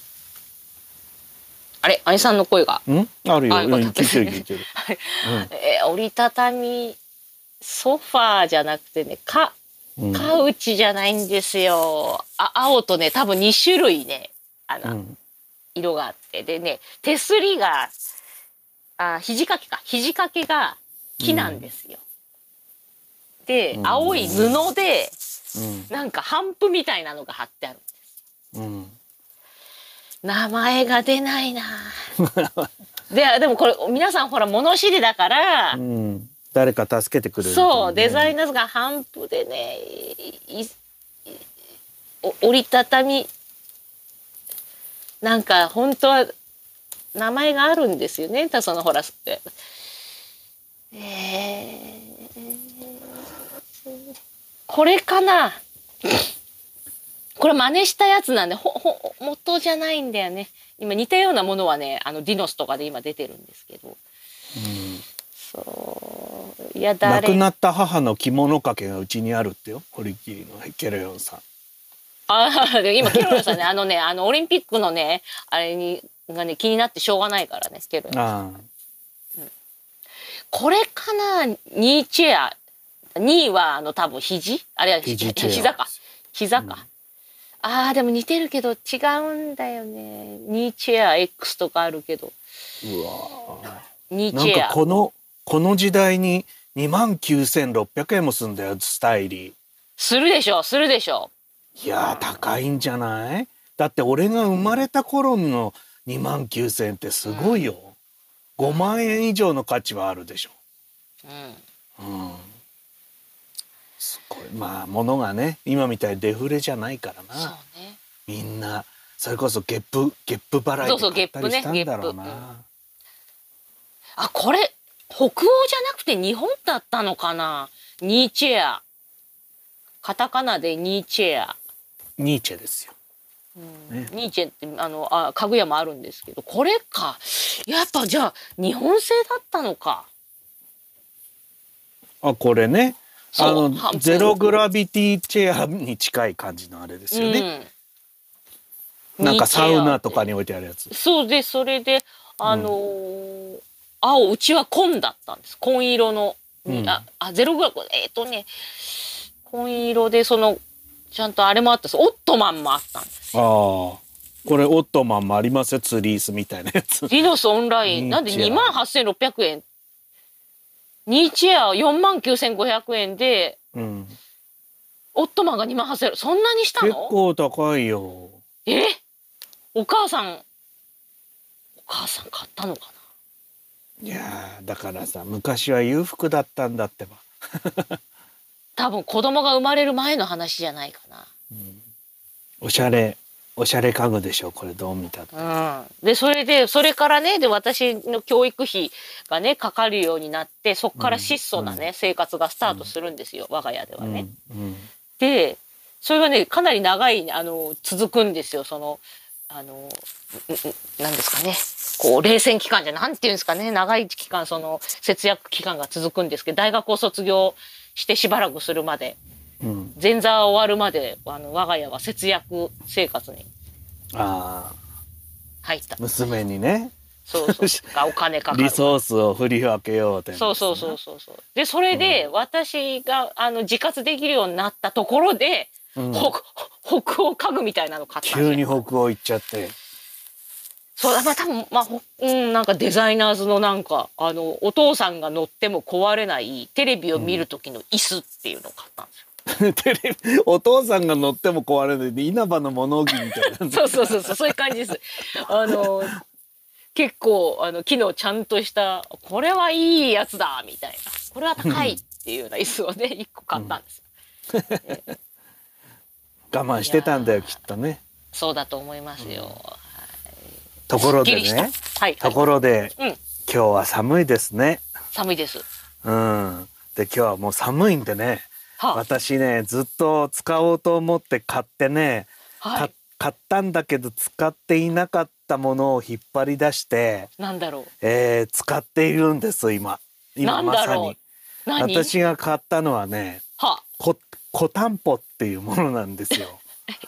S1: あれ、兄さんの声が。
S2: んあるよ
S1: あよか
S2: う
S1: っ
S2: ん
S1: た
S2: 聞いてる聞いてる
S1: はい
S2: うん
S1: えー折りたたみソファーじゃなくてねカ
S2: うん
S1: カウチじゃないんですよ、あ青とね多分2種類ねあ
S2: う
S1: の、
S2: ん
S1: 色があってでね手すりがあ肘掛けか肘掛けが木なんですよ。で、
S2: うん
S1: 青い布で
S2: うん
S1: なんか帆布みたいなのが貼ってある
S2: うん
S1: 名前が出ないなででもこれ皆さんほら物知りだから、
S2: うん誰か助けてくれるといいね
S1: そうデザイナーズが半布でねいいお折りたたみなんか本当は名前があるんですよねたそのほらえーこれかなこれ真似したやつなんでほほ元じゃないんだよね今似たようなものはねあのディノスとかで今出てるんですけどそういや
S2: 亡
S1: 誰
S2: くなった母の着物掛けがうちにあるってよ堀切のケロヨンさん
S1: ああ、で今ケロヨンさんね、あのね、あのオリンピックのね、あれに、がね、気になってしょうがないからね、ケロヨン。
S2: ああ
S1: これかな、ニーチェア。ニーは、あの、多分肘あれは
S2: 肘
S1: 膝
S2: チェア
S1: か。膝か。ああ、でも似てるけど違うんだよね。ニーチェア X とかあるけど。
S2: うわあ
S1: ニー
S2: な
S1: チ
S2: ん
S1: ェ
S2: か
S1: ア。
S2: このこの時代に2万9600円もすんだよスタイリ
S1: するでしょ、するでしょ。
S2: ーいやー高いんじゃないだって俺が生まれた頃の2万9,000円ってすごいよ、5万円以上の価値はあるでしょ
S1: うん
S2: うんすごいまあ物がね今みたいにデフレじゃないから
S1: そう
S2: な
S1: ね
S2: みんなそれこそゲップゲップ払い
S1: そうそ
S2: で
S1: う
S2: 買ったり
S1: ゲッ
S2: し
S1: プ
S2: た
S1: ね
S2: んだろうな
S1: ゲップあこれ北欧じゃなくて日本だったのかなニーチェアカタカナでニーチェア、
S2: ニーチェですよ
S1: うん
S2: ね
S1: ニーチェってあのあ家具屋もあるんですけどこれかやっぱじゃあ日本製だったのか
S2: あこれねあ
S1: そう半
S2: の
S1: 分
S2: ゼログラビティチェアに近い感じのあれですよね、
S1: うん
S2: なんかサウナと
S1: ニーチェアって
S2: かに置いてあるやつ
S1: そうでそれであのー青うちは紺だったんです紺色の、
S2: うん
S1: ああゼログラムえっ、とね紺色でそのちゃんとあれもあったんですオットマンもあったんです
S2: ああこれオットマンもありますよツリースみたいなやつ
S1: リノスオンライン
S2: ニ
S1: な
S2: ー
S1: んで
S2: チェア
S1: 2万8600円ニーチェア4万9500円で
S2: うん
S1: オットマンが2万8000そんなにした
S2: 結
S1: の
S2: 構高いよ
S1: えお母さんお母さん買ったのかない
S2: やーだからさ昔は裕福だったんだってば、
S1: 多分子供が生まれる前の話じゃないかな
S2: うんおしゃれおしゃれ家具でしょこれどう見たって
S1: うん、でそれでそれからねで私の教育費がねかかるようになってそこから質素なね、生活がスタートするんですよ、我が家ではね。
S2: うんうん
S1: でそれがねかなり長いあの続くんですよそのあのううなんですかねこう冷戦期間じゃなんていうんですかね長い期間その節約期間が続くんですけど大学を卒業してしばらくするまで
S2: うん、
S1: 前座終わるまであの我が家は節約生活に
S2: ああ
S1: 入った。
S2: 娘にね
S1: そうそう がお金かかる
S2: リソースを振り分けようって
S1: そうそうそうそうそうでそれで私があの自活できるようになったところで、
S2: うん
S1: 北ほ北欧家具みたいなの買ったんです
S2: 急
S1: よ
S2: に北欧行っち ゃって
S1: そうだまあ多分まあほうんなんかデザイナーズのなんかあのお父さんが乗っても壊れないテレビを見る時の椅子っていうのを買ったんですよ、
S2: テレビお父さんが乗っても壊れないで稲葉の物置みた いな
S1: そうそうそうそうそういう感じですあの結構あの機能ちゃんとしたこれはいいやつだみたいなこれは高いっていうような椅子をね1個買ったんですよ
S2: 我慢してたんだよきっとね
S1: そうだと思いますよ。
S2: ところ
S1: すっき
S2: で
S1: りした
S2: ね
S1: はい、
S2: ところで、
S1: うん
S2: 今日は寒いですね
S1: 寒いです。
S2: うんで今日はもう寒いんでね
S1: は
S2: 私ねずっと使おうと思って買ってね、
S1: あ、は
S2: か
S1: い、
S2: 買ったんだけど使っていなかったものを引っ張り出して、
S1: なんだろ
S2: えー使っているんです今
S1: う。な
S2: 今
S1: ん
S2: ま
S1: だ
S2: さ
S1: ろ
S2: に
S1: う。何？
S2: 私が買ったのはね
S1: はあ、
S2: こコタンポっていうものなんです よ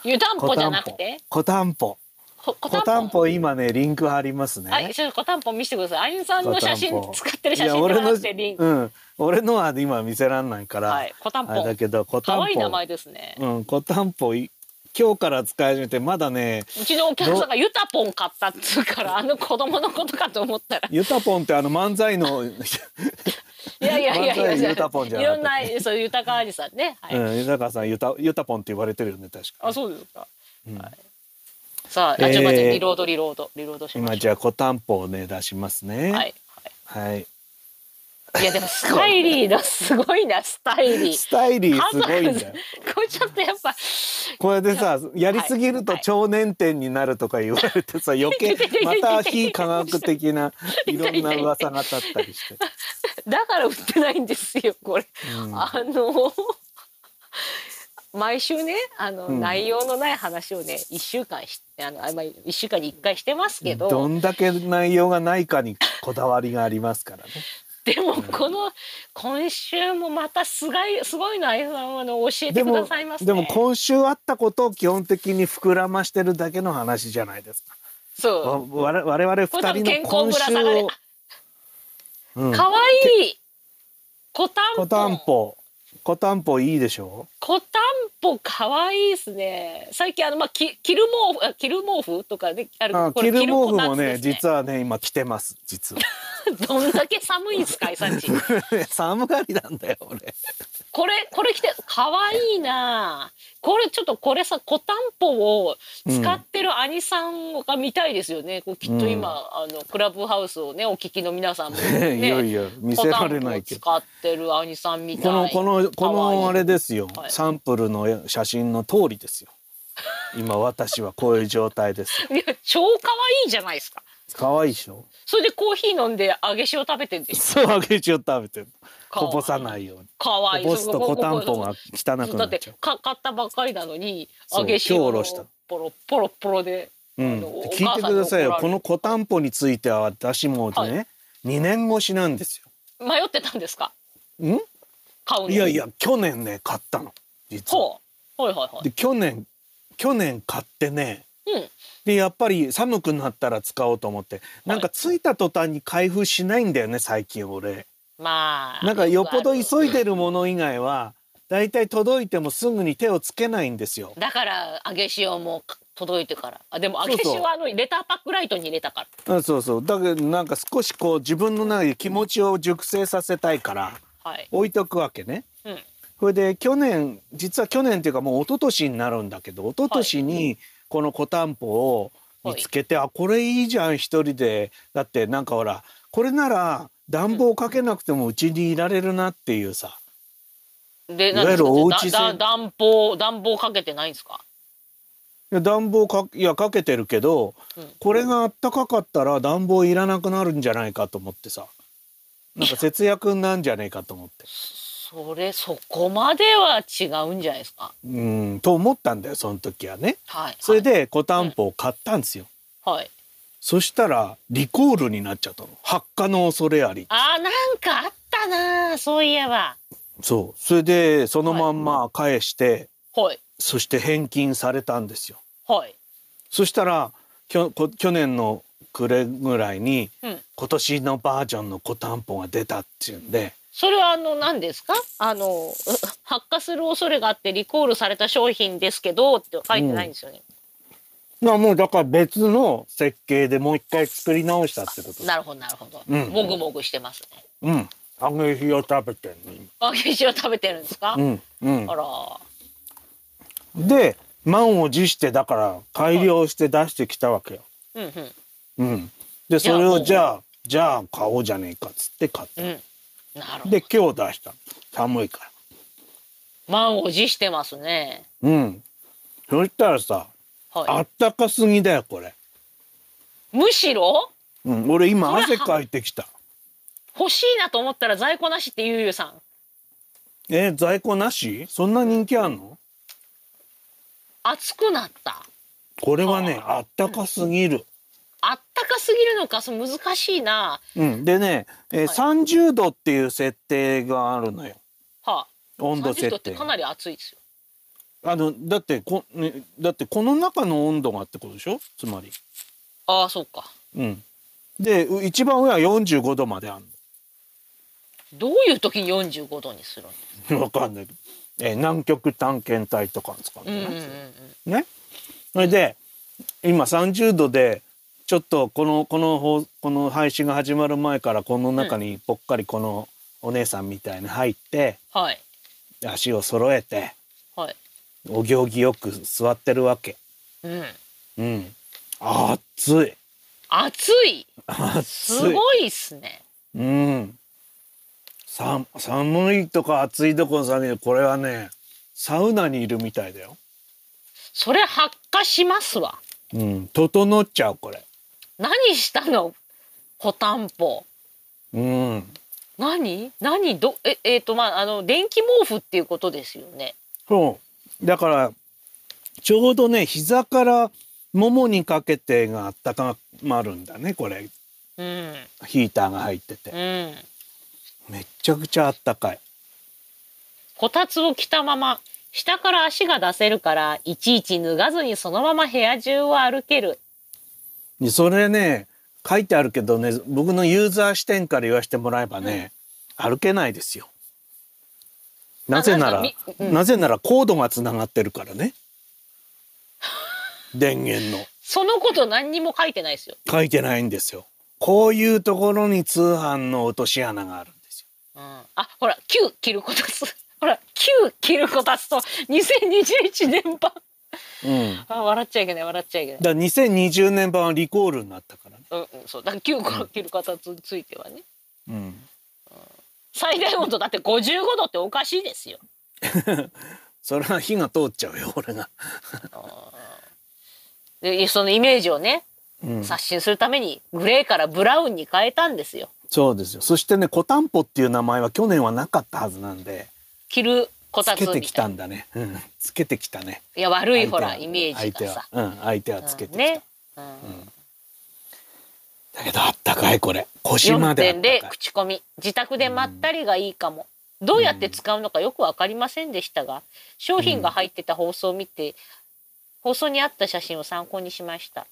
S1: 湯たんぽ
S2: コ
S1: じ
S2: タ
S1: ゃ
S2: ン
S1: な
S2: ポ
S1: くて、
S2: コタンポ
S1: ここ
S2: コタン。ポ今ねリンク貼りますね、
S1: はい、ちょっとこたんぽ見せてください。あゆみさんの写真
S2: コタンポ
S1: 使ってる
S2: い
S1: 写
S2: や
S1: 真で
S2: 俺
S1: はな
S2: の
S1: くてリンク。
S2: うん俺のは今見せらんないから、
S1: はい、こたん
S2: あれだ
S1: ぽ。
S2: けどコタン
S1: 可
S2: ポ
S1: 愛い名前ですね。
S2: うんコタンポい今日から使い始めてまだね
S1: うちのお客さんがゆたぽん買ったっつうから、あの子供のことかと思ったら。
S2: ユタポンってあの漫才の
S1: いやいやいやいや
S2: 漫才ゆたぽんじゃ
S1: い
S2: なか
S1: ろ
S2: った
S1: んな、そう、ゆたかあじさんね。はい。
S2: うん、豊川さん、ゆた、ゆたぽんって言われてるよね、確か
S1: あ、。そうですか。
S2: うん
S1: さあ、あ、ちょっと待っ
S2: え
S1: て、
S2: ー
S1: リロード、リロード、リロードしましょう。
S2: 今じゃあ、コタンポをね、出しますね。
S1: はい。はい
S2: はい。
S1: いやでもスタイリーだすごいなスタイリー。
S2: スタイリーすごいんだよ。
S1: これちょっとやっぱ
S2: これでさ、やりすぎると
S1: はい
S2: 超年点になるとか言われてさ、余計、また非科学 的な。いろんな噂が立ったりして。
S1: だから売ってないんですよこれ。
S2: うん
S1: あの毎週ねあの、
S2: うん
S1: 内容のない話をね1週間しあのあまり1週間に1回してますけど
S2: どんだけ内容がないかにこだわりがありますからね。
S1: でもこの、今週もまたすごいすごいのあゆさんはあの教えて
S2: で
S1: くだ
S2: も
S1: さいますね。
S2: でも今週あったことを基本的に膨らましてるだけの話じゃないですか。
S1: そう
S2: わ我我々
S1: これ多分
S2: 二人の
S1: 健
S2: 今
S1: 康ぶら
S2: 週
S1: 下がり
S2: を。うん
S1: 可愛いいコタ
S2: コ
S1: ン
S2: タ
S1: ポン
S2: ン。ポ。コタンポいいでしょ
S1: コタンポ可愛いですね。最近あのまあき着る毛布あ着る毛布とかねある
S2: あ、着る毛布もね、
S1: は
S2: 実はね、今着てます。実は。
S1: どんだけ寒いんですか、いさんち。
S2: 寒がりなんだよ、俺。
S1: これこれ着てかわいいなこれちょっとこれさコタンポを使ってる兄さんが見たいですよね、こうきっと今、あのクラブハウスをねお聞きの皆さんもね
S2: いやいや見せられないけど。
S1: コタンポを使ってる兄さんみたい
S2: このこのこ
S1: かわいい
S2: のあれですよ、
S1: はい
S2: サンプルの写真の通りですよ今私はこういう状態 ですよ
S1: いや超可愛いじゃないですか
S2: 可愛いでしょ
S1: それでコーヒー飲んで揚げ塩食べてんでしょ
S2: そう揚げ塩食べてる
S1: かわい
S2: こ
S1: い
S2: ぼさないように
S1: かわいい
S2: こぼすと
S1: そう
S2: コタンポが汚く
S1: だ
S2: な
S1: っ
S2: っちゃ
S1: て
S2: う
S1: か買ったばっかりなのに
S2: そう
S1: 揚げ塩
S2: 今日おろした
S1: ポロポロポロで、
S2: うん、
S1: あの
S2: 聞
S1: お母
S2: いて
S1: さん
S2: く
S1: に
S2: ださい
S1: 怒
S2: よ
S1: られ
S2: このコタンポについては私もうね、
S1: は
S2: 2年越しなんです
S1: 迷ってたんですか
S2: よ
S1: 買うの
S2: んいやいや去年ね買ったの実は
S1: ほうはいはいはい
S2: で去年去年買ってね
S1: うん
S2: でやっぱり寒くなったら使おうと思ってなんか着いた途端に開封しないんだよね最近俺
S1: まあ
S2: なんかよっぽど
S1: い
S2: 急いでるもの以外はだいたい届いてもすぐに手をつけないんですよ
S1: だから揚げ塩も届いてからあでも揚げ
S2: そうそう
S1: 塩はあのレターパックライトに入れたから
S2: うんそうそうだけどなんか少しこう自分の中で気持ちを熟成させたいから
S1: はい
S2: 置いとくわけね
S1: うん
S2: それで去年実は去年っていうかもう一昨年になるんだけど一昨年にこのコタンポを見つけて、あこれいいじゃん一人でだってなんかほらこれなら暖房かけなくてもうちにいられるなっていうさ、
S1: で
S2: いわゆるおうち
S1: だ
S2: せん
S1: だ暖房暖房かけてないんですか
S2: いや暖房かいやかけてるけど、
S1: うん
S2: これがあったかかったら暖房いらなくなるんじゃないかと思ってさなんか節約になんじゃねえかと思って
S1: それそこまでは違うんじゃないですか
S2: うんと思ったんだよその時はね。
S1: はい
S2: それでコタンポを買ったんですよ。
S1: はい
S2: そしたらリコールになっちゃったの発火の恐れあり
S1: あーなんかあったなそういえば
S2: そうそれでそのまんま返して、
S1: はい
S2: そして返金されたんですよ
S1: はい
S2: そしたらきょこ去年の暮れぐらいに
S1: うん
S2: 今年のバージョンのコタンポが出たっていうんで
S1: それはあの何ですかあの う発火する恐れがあってリコールされた商品ですけどって書いてないんですよね、
S2: まあもうだから別の設計でもう一回作り直したってこと
S1: なるほどなるほど、
S2: うん
S1: もぐもぐしてますね
S2: うん揚げ火を食べてる
S1: 揚げ塩食べてるんですか、
S2: うんうん
S1: あら
S2: で満を持してだから改良して出してきたわけよ
S1: うんうん
S2: うん、で
S1: じゃ
S2: そ
S1: あ
S2: れ
S1: も
S2: を
S1: う
S2: じゃあじゃあ買おうじゃねえかっつって買った、
S1: うんなるほど
S2: で今日出した寒いか
S1: 満を持してますね
S2: らうんそしたらさあ
S1: は
S2: ったかすぎだよこれ、
S1: いむしろ
S2: うん、俺今
S1: それは
S2: 汗かいてきた
S1: 欲しいなと思ったら在庫なしってゆうゆうさん
S2: えー在庫なしそんな人気あんの
S1: 熱くなった
S2: これはねあったかすぎる、
S1: あったかすぎるのかそう難しいな
S2: うん、でね、えー
S1: はい
S2: 30度っていう設定があるのよ
S1: はあ、
S2: 温度
S1: 30度
S2: 設
S1: って
S2: 定
S1: かなり暑いですよ
S2: あのだってこ、ね、だってこの中の温度がってことでしょつまり
S1: ああそうか
S2: うんでう一番上は45度まであるの
S1: どういう時に45度にするんです
S2: わかんないけど、えー南極探検隊とかですか
S1: うんうんうんう
S2: ね。
S1: ん
S2: ね。それで今30度でちょっとこのこの放この配信が始まる前からこの中にぽっかりこのお姉さんみたいに入って
S1: はい
S2: 足を揃えて
S1: はい
S2: お行儀よく座ってるわけ。
S1: うん
S2: うん。暑い。
S1: 暑い
S2: 暑い。
S1: すごいっすね
S2: うん。寒寒いとか暑いとこの寒いこれはねサウナにいるみたいだよ。
S1: それ発火しますわ
S2: うん。整っちゃうこれ。
S1: 何したのコタンポ
S2: うん。
S1: 何何どええーとまああの電気毛布っていうことですよね
S2: そう。だから、ちょうどね、膝からももにかけてがあったかまるんだね、これ。
S1: うん
S2: ヒーターが入ってて。
S1: うん
S2: めっちゃくちゃあったかい。
S1: こたつを着たまま下から足が出せるからいちいち脱がずにそのまま部屋中を歩ける
S2: でそれね、書いてあるけどね、僕のユーザー視点から言わせてもらえばね、歩けないですよ。なぜな
S1: あ
S2: ら
S1: なんか、みうん
S2: なぜならコードがつながってるからね。電源の。
S1: そのこと何にも書いてないですよ
S2: 書いてないんですよ。こういうところに通販の落とし穴があるんですよ。
S1: うんあほら「Q」切ることです ほら9切る子たちと2021年版
S2: うん、だか
S1: あ笑っちゃいけない笑っちゃいけない
S2: ら2020年版はリコールになったからね、
S1: うんうんそうだから9個切る子たちについてはね
S2: うん、
S1: 最大温度だって55度っておかしいですよ
S2: それは火が通っちゃう よ俺が、
S1: でそのイメージをね
S2: うん、
S1: 刷新するためにグレーからブラウンに変えたんですよ
S2: そうですよそしてね「コタンポ」っていう名前は去年はなかったはずなんで
S1: 着るこた
S2: つ
S1: つみ
S2: け
S1: たい
S2: て
S1: な
S2: きたんだね、うん、つけてきたね
S1: いや悪いほら
S2: 相手
S1: イ
S2: は
S1: メージがさ
S2: 相手は、うん、相手はつけてきた、
S1: ね、うん、
S2: だけどあったかいこれ腰まであった
S1: 4.0
S2: かい
S1: 口コミ自宅でまったりがいいかも、どうやって使うのかよく分かりませんでしたが商品が入ってた放送を見て放送にあった写真を参考にしました、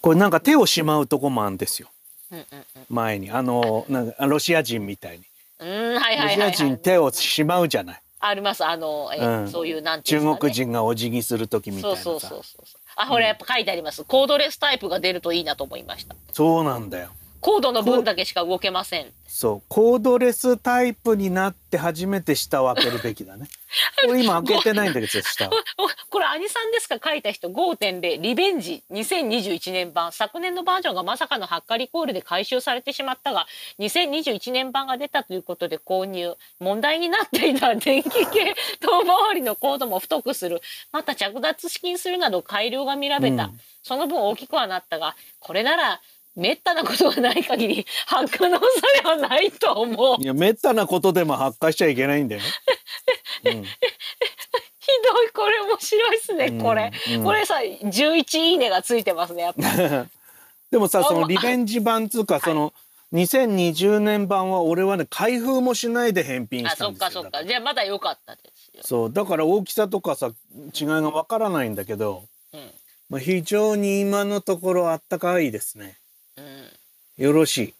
S2: これなんか手をしまうとこもあるんですよ
S1: うんうんうん
S2: 前にあのなんかロシア人みたいに
S1: うんはいは
S2: ロ
S1: いはい、
S2: シ
S1: は
S2: ア
S1: い、
S2: 人手をしまうじゃない
S1: ありますあの、え
S2: うん
S1: そういうなんてい
S2: 中
S1: うんですかね
S2: 国人がお辞儀する時みたい
S1: そう
S2: なさ
S1: そうそうそうあほらやっぱ書いてあります、コードレスタイプが出るといいなと思いました
S2: そうなんだよ
S1: コードの分だけしか動けません
S2: そうコードレスタイプになって初めて下を開けるべき だねこれ今開けてないんだけど下を
S1: おこれアニさんですか書いた人5.0リベンジ2021年版昨年のバージョンがまさかのハッカリコールで回収されてしまったが2021年版が出たということで購入問題になっていた電気系遠回りのコードも太くするまた着脱式にするなど改良が見られた、
S2: うん
S1: その分大きくはなったがこれならめったなことがない限り発火の恐れはないと思う
S2: いやめったなことでも発火しちゃいけないんだよ、うん
S1: ひどいこれ面白いっすねこれ、
S2: うんうん
S1: これさ11いいねがついてますねやっぱ
S2: でもさ
S1: あ
S2: その
S1: ま
S2: リベンジ版つうかその2020年版は俺はね開封もしないで返品
S1: あ
S2: した
S1: そ
S2: ん
S1: っ
S2: ですよ
S1: かそっか
S2: だ
S1: らじゃあまだ良かったですよ、
S2: そうだから大きさとかさ違いがわからないんだけど、
S1: うん
S2: まあ、非常に今のところあったかいですね
S1: うん、
S2: よろしい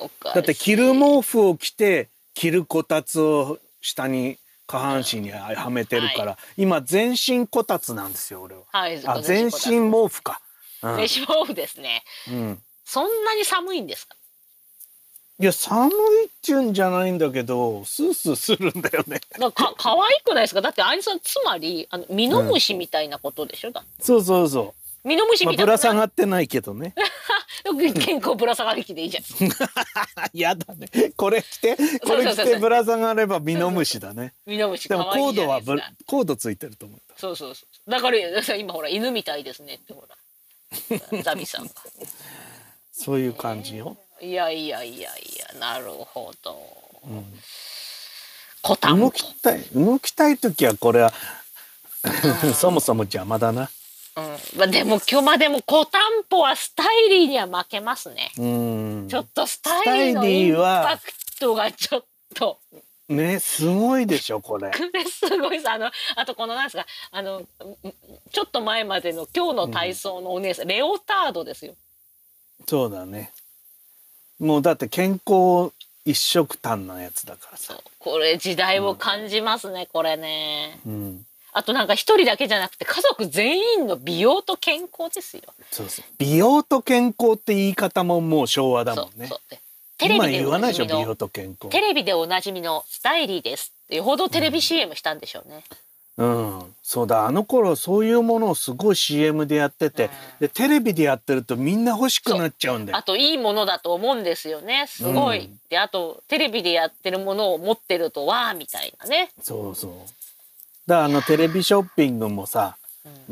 S1: おかしい
S2: だって着る毛布を着て着るこたつを下に下半身にはめてるから、今全身こたつなんですよ俺は
S1: はい
S2: あ全身毛布か、うん
S1: 全身毛布ですね
S2: うん、
S1: そんなに寒いんですか
S2: いや寒いっちゅうんじゃないんだけどスースーするんだよね
S1: だからか可愛くないですかだってアニさんつまりあのミノムシみたいなことでしょだって
S2: そうそうそ
S1: ミノムシ
S2: う、まあ、
S1: みたい
S2: ぶ
S1: な
S2: ら下がってないけどね
S1: 健康ぶら下がりきでいいじゃん
S2: やだねこれ着てこれ
S1: そうそう
S2: 着
S1: そう
S2: て
S1: そう
S2: ぶら下がればミノムシだね
S1: ミノムシ
S2: で
S1: 可
S2: も
S1: 愛
S2: コ
S1: い
S2: ー
S1: じゃ
S2: ド
S1: な
S2: はい
S1: です
S2: ぶ
S1: か
S2: コードついてると思った
S1: そうそうそうだからだから今ほら犬みたいですねってほらザビさ んが
S2: そういう感じよ、
S1: いやいやいやいやなるほど。コタン
S2: 動きたい動きたい時はこれは そもそも邪魔だな
S1: うん、まあでも今日までもコタンポはスタイリーには負けますね。
S2: うん
S1: ちょっとスタイリーの
S2: スタイリ
S1: イ
S2: ー
S1: ン
S2: は
S1: パクトがちょっと。
S2: ねすごいでしょこれ
S1: これすごいさあのあとこのなんですかあのんちょっと前までの今日の体操のお姉さん、レオタードですよ
S2: そうだねもうだって健康一色単なやつだからさ、
S1: これ時代を感じますね、これね
S2: うん、
S1: あとなんか一人だけじゃなくて家族全員の美容と健康ですよ
S2: そうそう美容と健康って言い方ももう昭和だもんね
S1: そうそうテレ
S2: 今
S1: ビで
S2: 言
S1: お
S2: わない
S1: な
S2: で
S1: じ
S2: しょ
S1: み
S2: 美
S1: の
S2: 容と健康
S1: テレビでおなじみのスタイリーですってよほどテレビ CM したんでしょうね、
S2: うんそうだあの頃そういうものをすごい CM でやってて、でテレビでやってるとみんな欲しくなっちゃうんだよ
S1: あといいものだと思うんですよねすごい、
S2: うん
S1: であとテレビでやってるものを持ってるとわーみたいなね
S2: そうそうだからあのテレビショッピングもさ、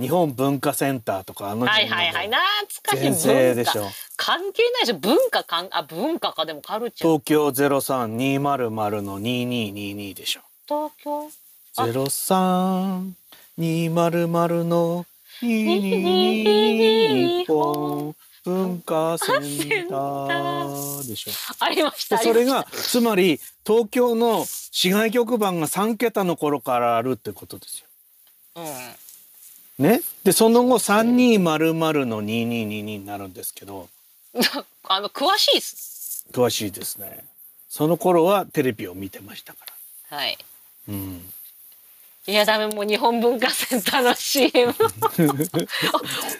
S2: 日本文化センターとかあの
S1: はいはいはい
S2: 辺の
S1: 懐かしい
S2: 全盛でしょ
S1: 文化関係ないでしょ文化かんあ文化かでもカルチャー
S2: 東京03200の2222でしょ
S1: 東京あ
S2: 03200の2222日本文化センタ ーでしょ
S1: ありました
S2: で
S1: あり
S2: そ
S1: ました
S2: れがつまり東京の市外局番が3桁の頃からあるってことですよ。
S1: うん
S2: ね、でその後3200の2222になるんですけど
S1: あの詳しいっす
S2: 詳しいですねその頃はテレビを見てましたか
S1: はい
S2: ら、うん、
S1: いやダメもう日本文化センターの CM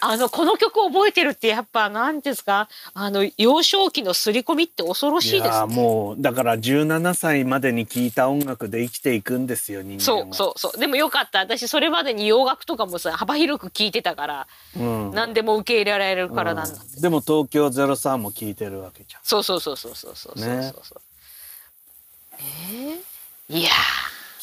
S1: ああのこの曲覚えてるってやっぱ何ですかあの幼少期の刷り込みって恐ろしい
S2: い
S1: ですね
S2: やーもうだから17歳までに聴いた音楽で生きていくんですよ人間
S1: そ
S2: は
S1: うそうそうでもよかった私それまでに洋楽とかもさ幅広く聞いてたから、
S2: うん
S1: 何でも受け入れられるからなんだ、
S2: うんでも東京03も聴いてるわけじゃん
S1: そうそうそうそうそうそうそうそう
S2: ね
S1: ねえいやー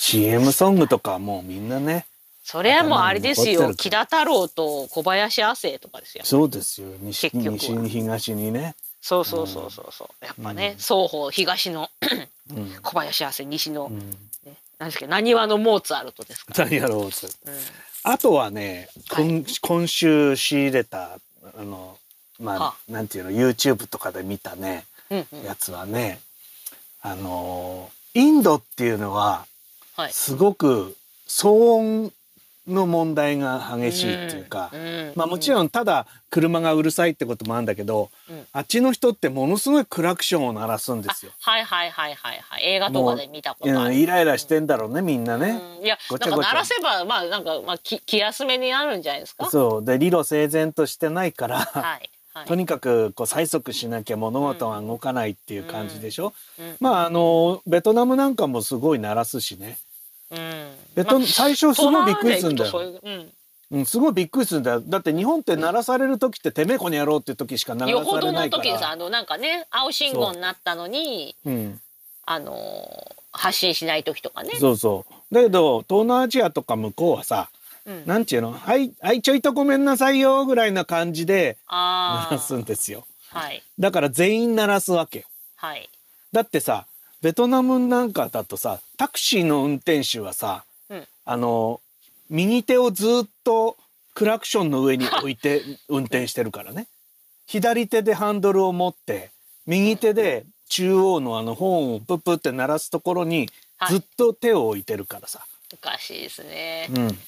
S2: CM ソングとかはもうみんなね
S1: それはもうあれです
S2: 頭
S1: よ
S2: に残って
S1: 木
S2: るか
S1: 田太郎と小林亜生とかですよ
S2: そうですよ西
S1: 結局は
S2: 西に東にね、
S1: そうそうそうそうそうやっぱね、
S2: うん
S1: 双方東の
S2: うん
S1: 小林亜生西の、
S2: うん、
S1: ね、なんですけど何話のモーツァルトですか、
S2: 何やろうと
S1: うん
S2: あとはね、
S1: はい
S2: 今今週仕入れたあのまあ
S1: は
S2: なんていうの YouTube とかで見たね
S1: うんうん
S2: やつはねあのインドっていうのは
S1: はい
S2: すごく騒音の問題が激しいっていうか、
S1: ん
S2: まあ、もち
S1: ん、
S2: ろんただ車がうるさいってこともあるんだけど、
S1: うん
S2: あっちの人ってものすごいクラクションを鳴らすんですよ。
S1: はいはいはいはいはい映画とかで見たこ
S2: う
S1: とある
S2: んイライラしてんだろうねみんなね。
S1: うんいや
S2: ごちゃ
S1: なん
S2: ご
S1: か
S2: ちゃ
S1: 鳴らせばまあなんかまあき気休めになるんじゃないですか。
S2: そうで理路整然としてないから、
S1: はいはい。
S2: とにかくこう催促しなきゃ物事が動かないっていう感じでしょ、
S1: うん
S2: まああのベトナムなんかもすごい鳴らすしね
S1: うん。
S2: ベト、
S1: まあ
S2: 最初すごいびっくりするんだ
S1: 東南アジア行く
S2: よ、
S1: とそういう
S2: うん、すごいびっくりするんだよだって日本って鳴らされる時って、てめえこの野郎っていう時しか鳴
S1: う
S2: ら
S1: ん。
S2: され
S1: よ
S2: ないか
S1: ほ
S2: ら
S1: どの時ですあのなんかね青信号になったのに
S2: うん、
S1: あのー発信しない時とかね。
S2: そうそうだけど東南アジアとか向こうはさ
S1: うん
S2: なんていうの「はい、はい、ちょいとごめんなさいよ」ぐらいな感じで鳴
S1: ああ。
S2: らすんですよ
S1: はい
S2: だから全員鳴らすわけよ
S1: はい。
S2: だってさベトナムなんかだとさタクシーの運転手はさ
S1: うん。
S2: あの右手をずっとクラクションの上に置いて運転してるからね左手でハンドルを持って右手で中央のあのホーンをプップって鳴らすところに
S1: はい
S2: ずっと手を置いてるからさ、
S1: おかしいですね。
S2: うん、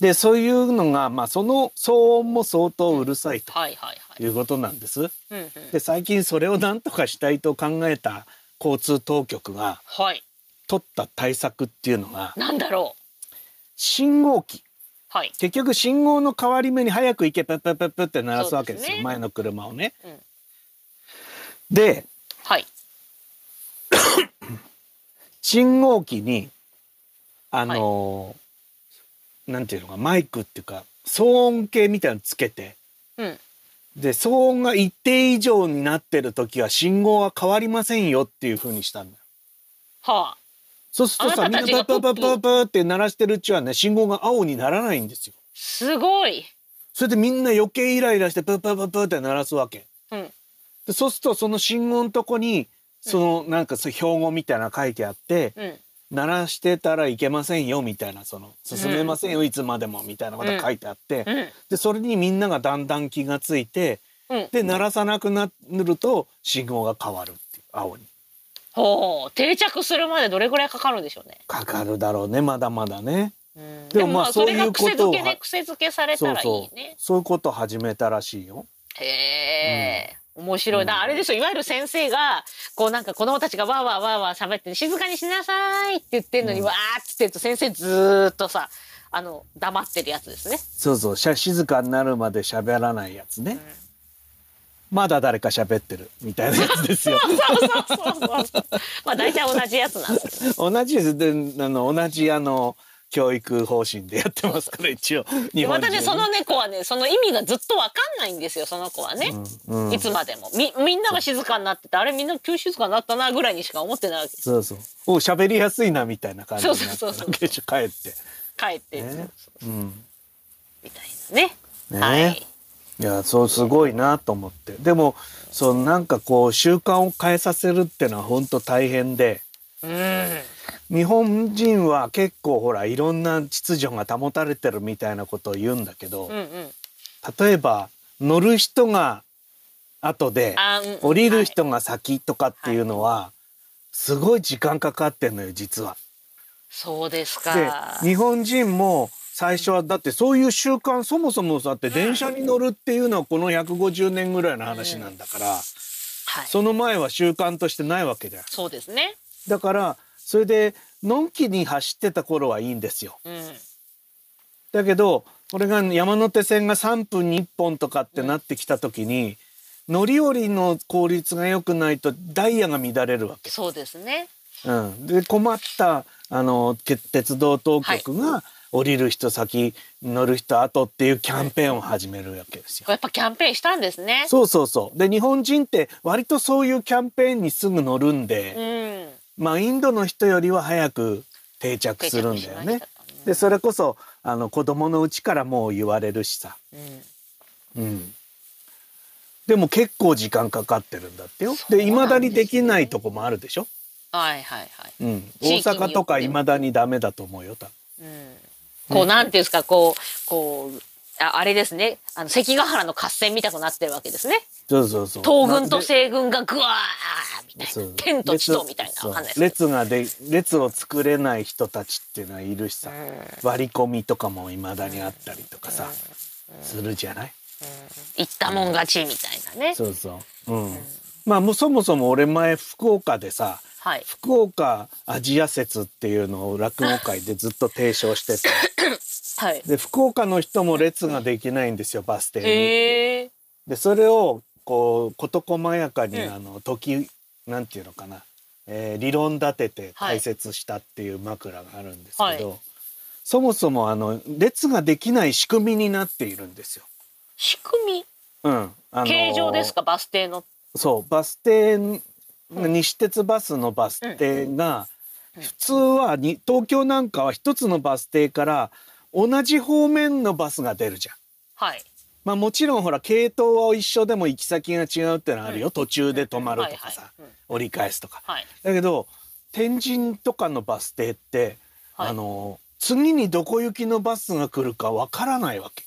S2: でそういうのが、まあ、その騒音も相当うるさいと
S1: はいはいはいい。
S2: うことなんです。
S1: うんうん。
S2: で最近それをなんとかしたいと考えた交通当局が
S1: はい。
S2: 取った対策っていうのが
S1: なんだろう。
S2: 信号機
S1: はい。
S2: 結局信号の変わり目に早く行けプップップップって鳴らすわけですよ
S1: そうですね
S2: 前の車をね。
S1: うん
S2: で
S1: はい。
S2: 信号機にあのーなんていうのかマイクっていうか騒音計みたいなのつけて
S1: うん。
S2: で騒音が一定以上になってる時は信号は変わりませんよっていう風にしたんだよ。
S1: はあ。
S2: そうするとさ
S1: あ
S2: み
S1: なんた
S2: な
S1: たち
S2: プッ
S1: が
S2: プップップップッって鳴らしてるうちはね信号が青にならないんですよ。
S1: すごい。
S2: それでみんな余計イライラしてプップップップッって鳴らすわけ。
S1: うん。
S2: でそうするとその信号のとこにそのなんかそう標語みたいなの書いてあって、
S1: うん。
S2: 鳴らしてたらいけませんよみたいなその進めませんよ、いつまでもみたいなことが書いてあって、
S1: うん。
S2: でそれにみんながだんだん気がついて
S1: うん。
S2: で鳴らさなくなると信号が変わるっていう青に
S1: ほう定着するまでどれぐらいかかるんでしょうね。
S2: かかるだろうねまだまだね。
S1: うん
S2: でもまあ
S1: それが
S2: そういうこと
S1: 癖づ
S2: を
S1: けね
S2: は
S1: 癖づけされ
S2: そ
S1: た
S2: う
S1: らい
S2: そ
S1: いうね。
S2: そういうこと始めたらしいよ。
S1: へえ。面白いな、あれでしょいわゆる先生がこうなんか子供たちがわーわーわーわー喋って静かにしなさいって言ってんのに、わーっつってると先生ずーっとさあの黙ってるやつですね
S2: そうそうしゃ静かになるまで喋らないやつね。まだ誰か喋ってるみたいなやつで すよ。
S1: そうそうそう まあ大体同じやつなんですけど
S2: 同じですであの同じあの教育方針でやってますから一応日本
S1: ま
S2: 人
S1: たねその猫はねその意味がずっとわかんないんですよその子はね、
S2: うん
S1: いつまでもみみんなが静かになっててあれみんな急に静かになったなぐらいにしか思ってないわけ
S2: そうそうお喋りやすいなみたいな感じになって
S1: そうそうそう そう
S2: だけど帰って
S1: 帰って、
S2: ねうん
S1: みたいなね。
S2: ね
S1: はい。
S2: いやそうすごいなと思ってでもそのなんかこう習慣を変えさせるってのは本当大変で
S1: うん。
S2: 日本人は結構ほらいろんな秩序が保たれてるみたいなことを言うんだけど、
S1: うんうん。
S2: 例えば乗る人が後で
S1: あうん
S2: 降りる人が先とかっていうのはすごい時間かかってんのよ実は。
S1: そうです
S2: で
S1: か。
S2: 日本人も最初はだってそういう習慣そもそもだって電車に乗るっていうのはこの150年ぐらいの話なんだから
S1: はい。
S2: その前は習慣としてないわけだよ。
S1: そうですね。
S2: だからそれでのんきに走ってた頃はいいんですよ。
S1: うん
S2: だけどこれが山手線が3分に1本とかってなってきた時に乗り降りの効率が良くないとダイヤが乱れるわけ。
S1: そうですね。
S2: うん、で困ったあのけ鉄道当局が降りる人先乗る人後っていうキャンペーンを始めるわけですよ。
S1: やっぱキャンペーンしたんですね。
S2: そうそうそう。で日本人って割とそういうキャンペーンにすぐ乗るんで。
S1: うん。
S2: まあインドの人よりは早く定着するんだよ
S1: 定
S2: ね
S1: 着しましたからね。
S2: でそれこそあの子供のうちからもう言われるしさ、
S1: うん。
S2: うん、でも結構時間かかってるんだってよ。
S1: そう
S2: で
S1: なんです
S2: い
S1: ね
S2: まだにできないとこもあるでしょ。
S1: はいはいはい。
S2: うん、
S1: 地
S2: 大
S1: 域によって
S2: 阪とかいまだにダメだと思うよ多分
S1: うん。こうなんていうんですか、こうこうああれですね。あの関ヶ原の合戦みたくなってるわけですね。
S2: そうそうそう。
S1: 東軍と
S2: な
S1: 西軍がぐわーみた
S2: そ
S1: いうな。天と地とみたいな
S2: そう
S1: 話です。
S2: 列がで列を作れない人たちっていうのはいるしさ、
S1: う
S2: 割り込みとかもいまだにあったりとかさ、するじゃない。
S1: 行ったもん勝ちみたいなね。
S2: そうそう。うん。まあもうそもそも俺前福岡でさ、
S1: はい。
S2: 福岡アジア説っていうのを落語会でずっと提唱してて、
S1: はい。
S2: で福岡の人も列ができないんですよバス停に。
S1: へえ。
S2: でそれをこう事細やかに
S1: うん
S2: あの時なんていうのかな、えー理論立てて解説したっていう枕があるんですけど、
S1: は
S2: そもそもあの列ができない仕組みになっているんですよ。
S1: 仕組み
S2: うん。あの
S1: 形状ですかバス停の。
S2: そうバス停に西鉄バスのバス停が
S1: うん
S2: 普通はに東京なんかは一つのバス停から同じ方面のバスが出るじゃん。
S1: はい。
S2: まあもちろんほら系統は一緒でも行き先が違うってのはあるよ、
S1: う
S2: 途中で止まるとかさ、
S1: はいはいうん
S2: 折り返すとか。
S1: はい。
S2: だけど天神とかのバス停って、
S1: はい
S2: あの次にどこ行きのバスが来るかわからないわけ。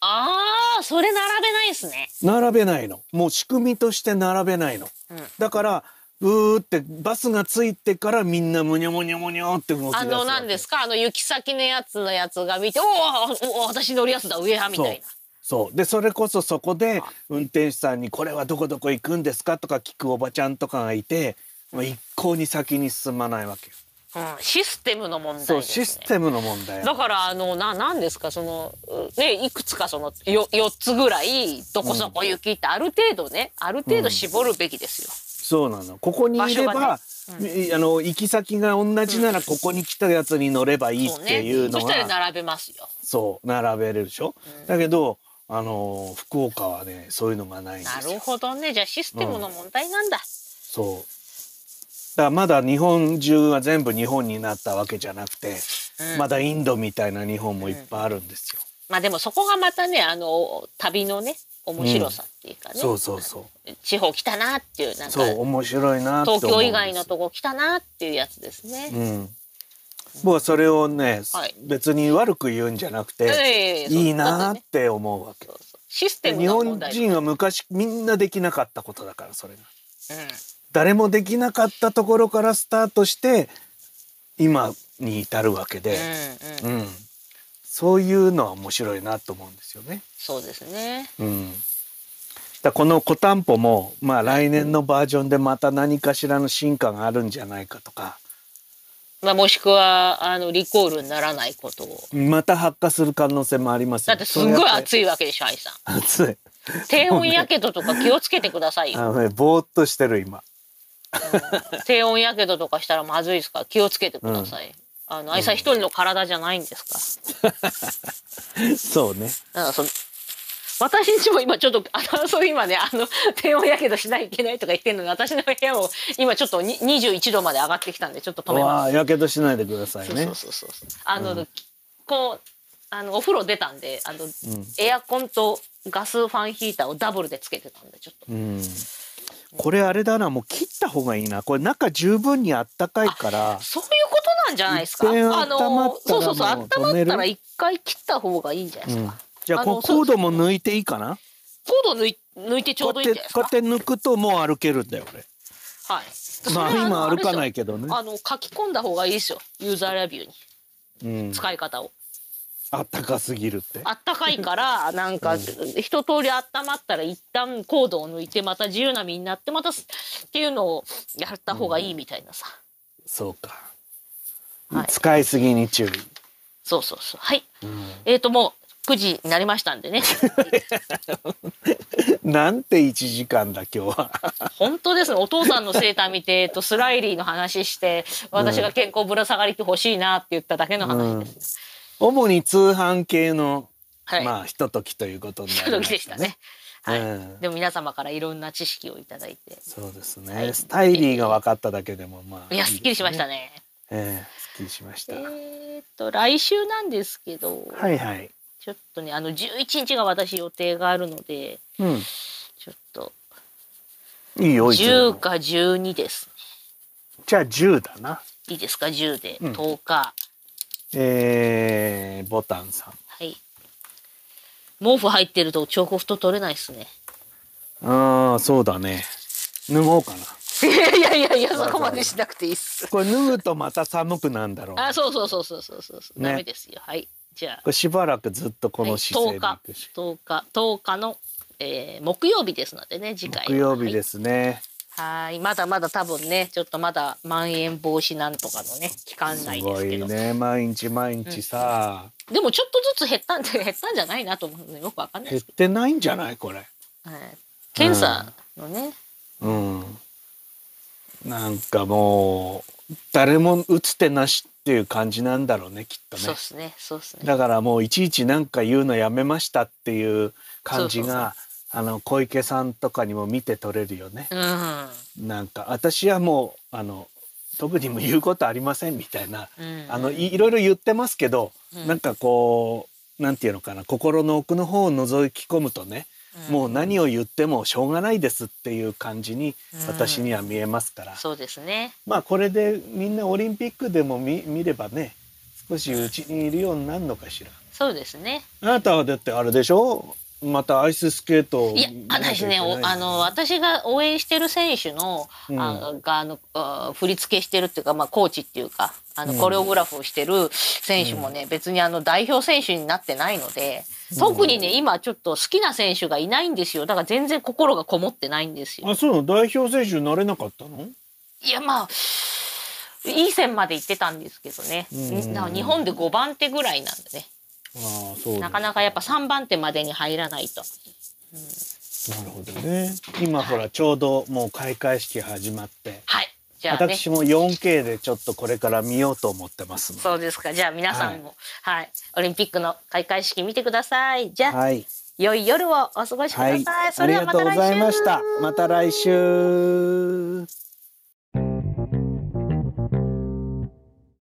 S1: ああ、それ並べないですね。
S2: 並べないの。もう仕組みとして並べないの。
S1: うん。
S2: だからうーってバスがついてからみんなむにょむにょむにょって動き出す
S1: あの、なんですか、あの、行き先のやつのやつが見て、おーおー、私乗るやつだ、上派みたいな。
S2: そうでそれこそそこで運転手さんに「これはどこどこ行くんですか?」とか聞くおばちゃんとかがいて、もう一向に先に進まないわけよ。
S1: うん、システムの問題です、
S2: そ
S1: ね。
S2: うシステムの問題
S1: だからあのななんですかそのうねいくつかそのよ四つぐらいどこそこ行きってある程度ね、ある程度絞るべきですよ。
S2: そうなのここにいれ
S1: 場所が
S2: ば
S1: ね、
S2: いあの行き先が同じならここに来たやつに乗ればいい
S1: そう
S2: っ
S1: ね
S2: ていうの
S1: そ
S2: が、
S1: したら並べますよ。
S2: そう並べれるでしょ、だけどあの福岡はねそういうのがないんで
S1: な
S2: すよ
S1: るほどねじゃあシステムの問題なんだ。
S2: そう。だからまだ日本中が全部日本になったわけじゃなくて、
S1: うん
S2: まだインドみたいな日本もいっぱいあるんですよ。
S1: まあでもそこがまたねあの旅のね面白さっていうかね、
S2: そうそうそう。
S1: 地方来たなっていうなんか
S2: そう面白いなって思う
S1: 東
S2: んです
S1: 京以外のとこ来たなっていうやつですね。
S2: うん。僕はそれをね、
S1: はい
S2: 別に悪く言うんじゃなくて、
S1: いやいやいやそう
S2: いいなって思うわけ
S1: そう。そうシステム
S2: 日
S1: の
S2: 本
S1: 問題。
S2: 人は昔みんなできなかったことだからそれが。
S1: うん
S2: 誰もできなかったところからスタートして今に至るわけで。
S1: うんうん、
S2: うん、そういうのは面白いなと思うんですよね。
S1: そうですね。
S2: うん、だこの「コタンポも」まあ、来年のバージョンでまた何かしらの進化があるんじゃないかとか
S1: まあ、もしくはあのリコールにならないことを。
S2: また発火する可能性もあります
S1: だ
S2: よ
S1: ってすごい
S2: い
S1: 暑いわけでしょ愛さん。
S2: 熱い
S1: 低温やけどとか気をつけてください
S2: あ
S1: よ。
S2: の、ね、ぼーっとしてる今
S1: 低温やけどとかしたらまずいですから気をつけてください。あの愛さん一人の体じゃないんですか。
S2: そうね
S1: だからその私んちも今ちょっとあのそう今ねあの 低温やけどしないといけないとか言ってるのに私の部屋も今ちょっとに21度まで上がってきたんでちょっと止め
S2: わ
S1: ま
S2: あやけどしないでください
S1: す。
S2: ね
S1: そうそうそうそう。あの、こうあのお風呂出たんであの、
S2: ん
S1: エアコンとガスファンヒーターをダブルでつけてたんでちょっと。
S2: うんこれあれだなもう切った方がいいなこれ中十分にあったかいから
S1: そういうことなんじゃないですか。
S2: 一遍
S1: あ
S2: 温ま
S1: の
S2: った
S1: そ
S2: ら
S1: うそうそう
S2: もう
S1: 温ま
S2: 止
S1: っ
S2: める
S1: たら一回切った方がいいんじゃないですか。
S2: じゃあ
S1: あ
S2: こ
S1: の
S2: うコードも抜いていいかな
S1: コード抜い抜いてちょう
S2: こ
S1: どいういん
S2: やっ
S1: じ
S2: て
S1: ゃないです
S2: こうや
S1: か
S2: っ。て抜くともう歩けるんだよ
S1: は
S2: 俺。
S1: い。
S2: まあ
S1: それはの
S2: 今
S1: れですよ
S2: 歩かないけどね
S1: あの書き込んだ方がいいですよ。ユーザーレビューに
S2: うん、
S1: 使い方を。
S2: あったかすぎるって
S1: あったかいからなんか一通り温まったら一旦コードを抜いてまた自由な身になってまたすっていうのをやった方がいいみたいなさ。
S2: そうか
S1: はい
S2: 使いすぎに注意。
S1: そうそうそう。はい。
S2: うん
S1: えっ、ともう9時になりましたんでね。
S2: なんて1時間だ今日は。
S1: 本当ですね。お父さんの生誕見て、えっとスライリーの話して、私が健康ぶら下がり器欲しいなって言っただけの話です。
S2: 主に通販系の、
S1: はい。
S2: まあひとときということにな
S1: ひ
S2: り
S1: ど
S2: ま
S1: いで
S2: し
S1: したた
S2: ね
S1: ね。。はい。
S2: うん
S1: でも皆様からいろんな知識をいただいて、
S2: そうですね、
S1: はい
S2: スタイリーが分かっただけでもまあ、
S1: いやすっきりしましたたね。
S2: ええすっきりしました、
S1: えっと来週なんですけど、
S2: はいはい
S1: ちょっとねあの11日が私予定があるので、
S2: うん
S1: ちょっと
S2: いいよいつでも
S1: 10か12です。
S2: じゃあ10だない
S1: いですか10で
S2: うん
S1: 10日。
S2: えー、ボタンさん
S1: はい。毛布入ってると彫刻と取れないですね。
S2: ああそうだね脱ごうかない
S1: や いやいや
S2: そこまで
S1: しなくていいっ す。
S2: これ脱ぐとまた寒くなんだろう
S1: あ、
S2: こ
S1: そうそうそうそうそうそうそう、
S2: ね
S1: ダメですよ。はい。じゃあ、
S2: れしばらくずっとこ
S1: はい、
S2: の姿勢
S1: 10
S2: で
S1: 日
S2: いくし、
S1: 10日、10日の、えー、木曜日ですのでね、次回は。。
S2: 木曜日ですすね、
S1: はい、まだまだ多分ね、ちょっとまだまん延防止なんとかのね、期間内
S2: す
S1: で
S2: ご
S1: すけ
S2: い
S1: ど、
S2: ね毎日毎日さ、
S1: でもちょっとずつ減ったんで 減ったんじゃないなと思うのでよくわかんないで
S2: 減っ
S1: すけ
S2: てないんじゃないこれ
S1: ど、はい、検査のね、
S2: うんなんかもう誰も打つ手なしっていう感じなんだろうねきっと
S1: そう
S2: ね
S1: ですね、そうですね。
S2: だからもういちいちなんか言うのやめましたっていう感じがあの小池さんとかにも見て取れるよね
S1: うん、
S2: なんか私はもうあの特にも言うことありませんみたいな
S1: うん、
S2: あのいいろいろ言ってますけど、
S1: うん
S2: なんかこうなんていうのかな心の奥の方を覗き込むとね、
S1: うん
S2: もう何を言ってもしょうがないですっていう感じに
S1: うん
S2: 私には見えますから、
S1: そうですね。
S2: まあこれでみんなオリンピックでも見見ればね少しうちにいるようになるのかしら。
S1: そうですね。
S2: あなたはだってあれでしょまたアイススケートを
S1: いや、私ね、おあの、私が応援してる選手の、
S2: うん
S1: あが、あの、あ振り付けしてるっていうか、まあ、コーチっていうか。あの、
S2: うん
S1: コレオグラフをしてる選手もね、別にあの代表選手になってないので。特にね、今ちょっと好きな選手がいないんですよ。だから全然心がこもってないんですよ。
S2: あそうなの代表選手になれなかったの
S1: いや、まあ。いい線まで行ってたんですけどね。
S2: うん
S1: な日本で5番手ぐらいなんでね。
S2: ああそう
S1: なかな
S2: か
S1: かやっぱ3番手までに入らないと。
S2: なるほどね今ほらちょうどもう開会式始まって
S1: はい。じゃあね。
S2: 私も 4K でちょっとこれから見ようと思ってますので
S1: そうですか。じゃあ皆さんも、はい、オリンピックの開会式見てください。じゃあ、
S2: はい
S1: 良い夜をお過ごしください。
S2: はい、
S1: それではまた来週。
S2: ありがとうございました。また来週。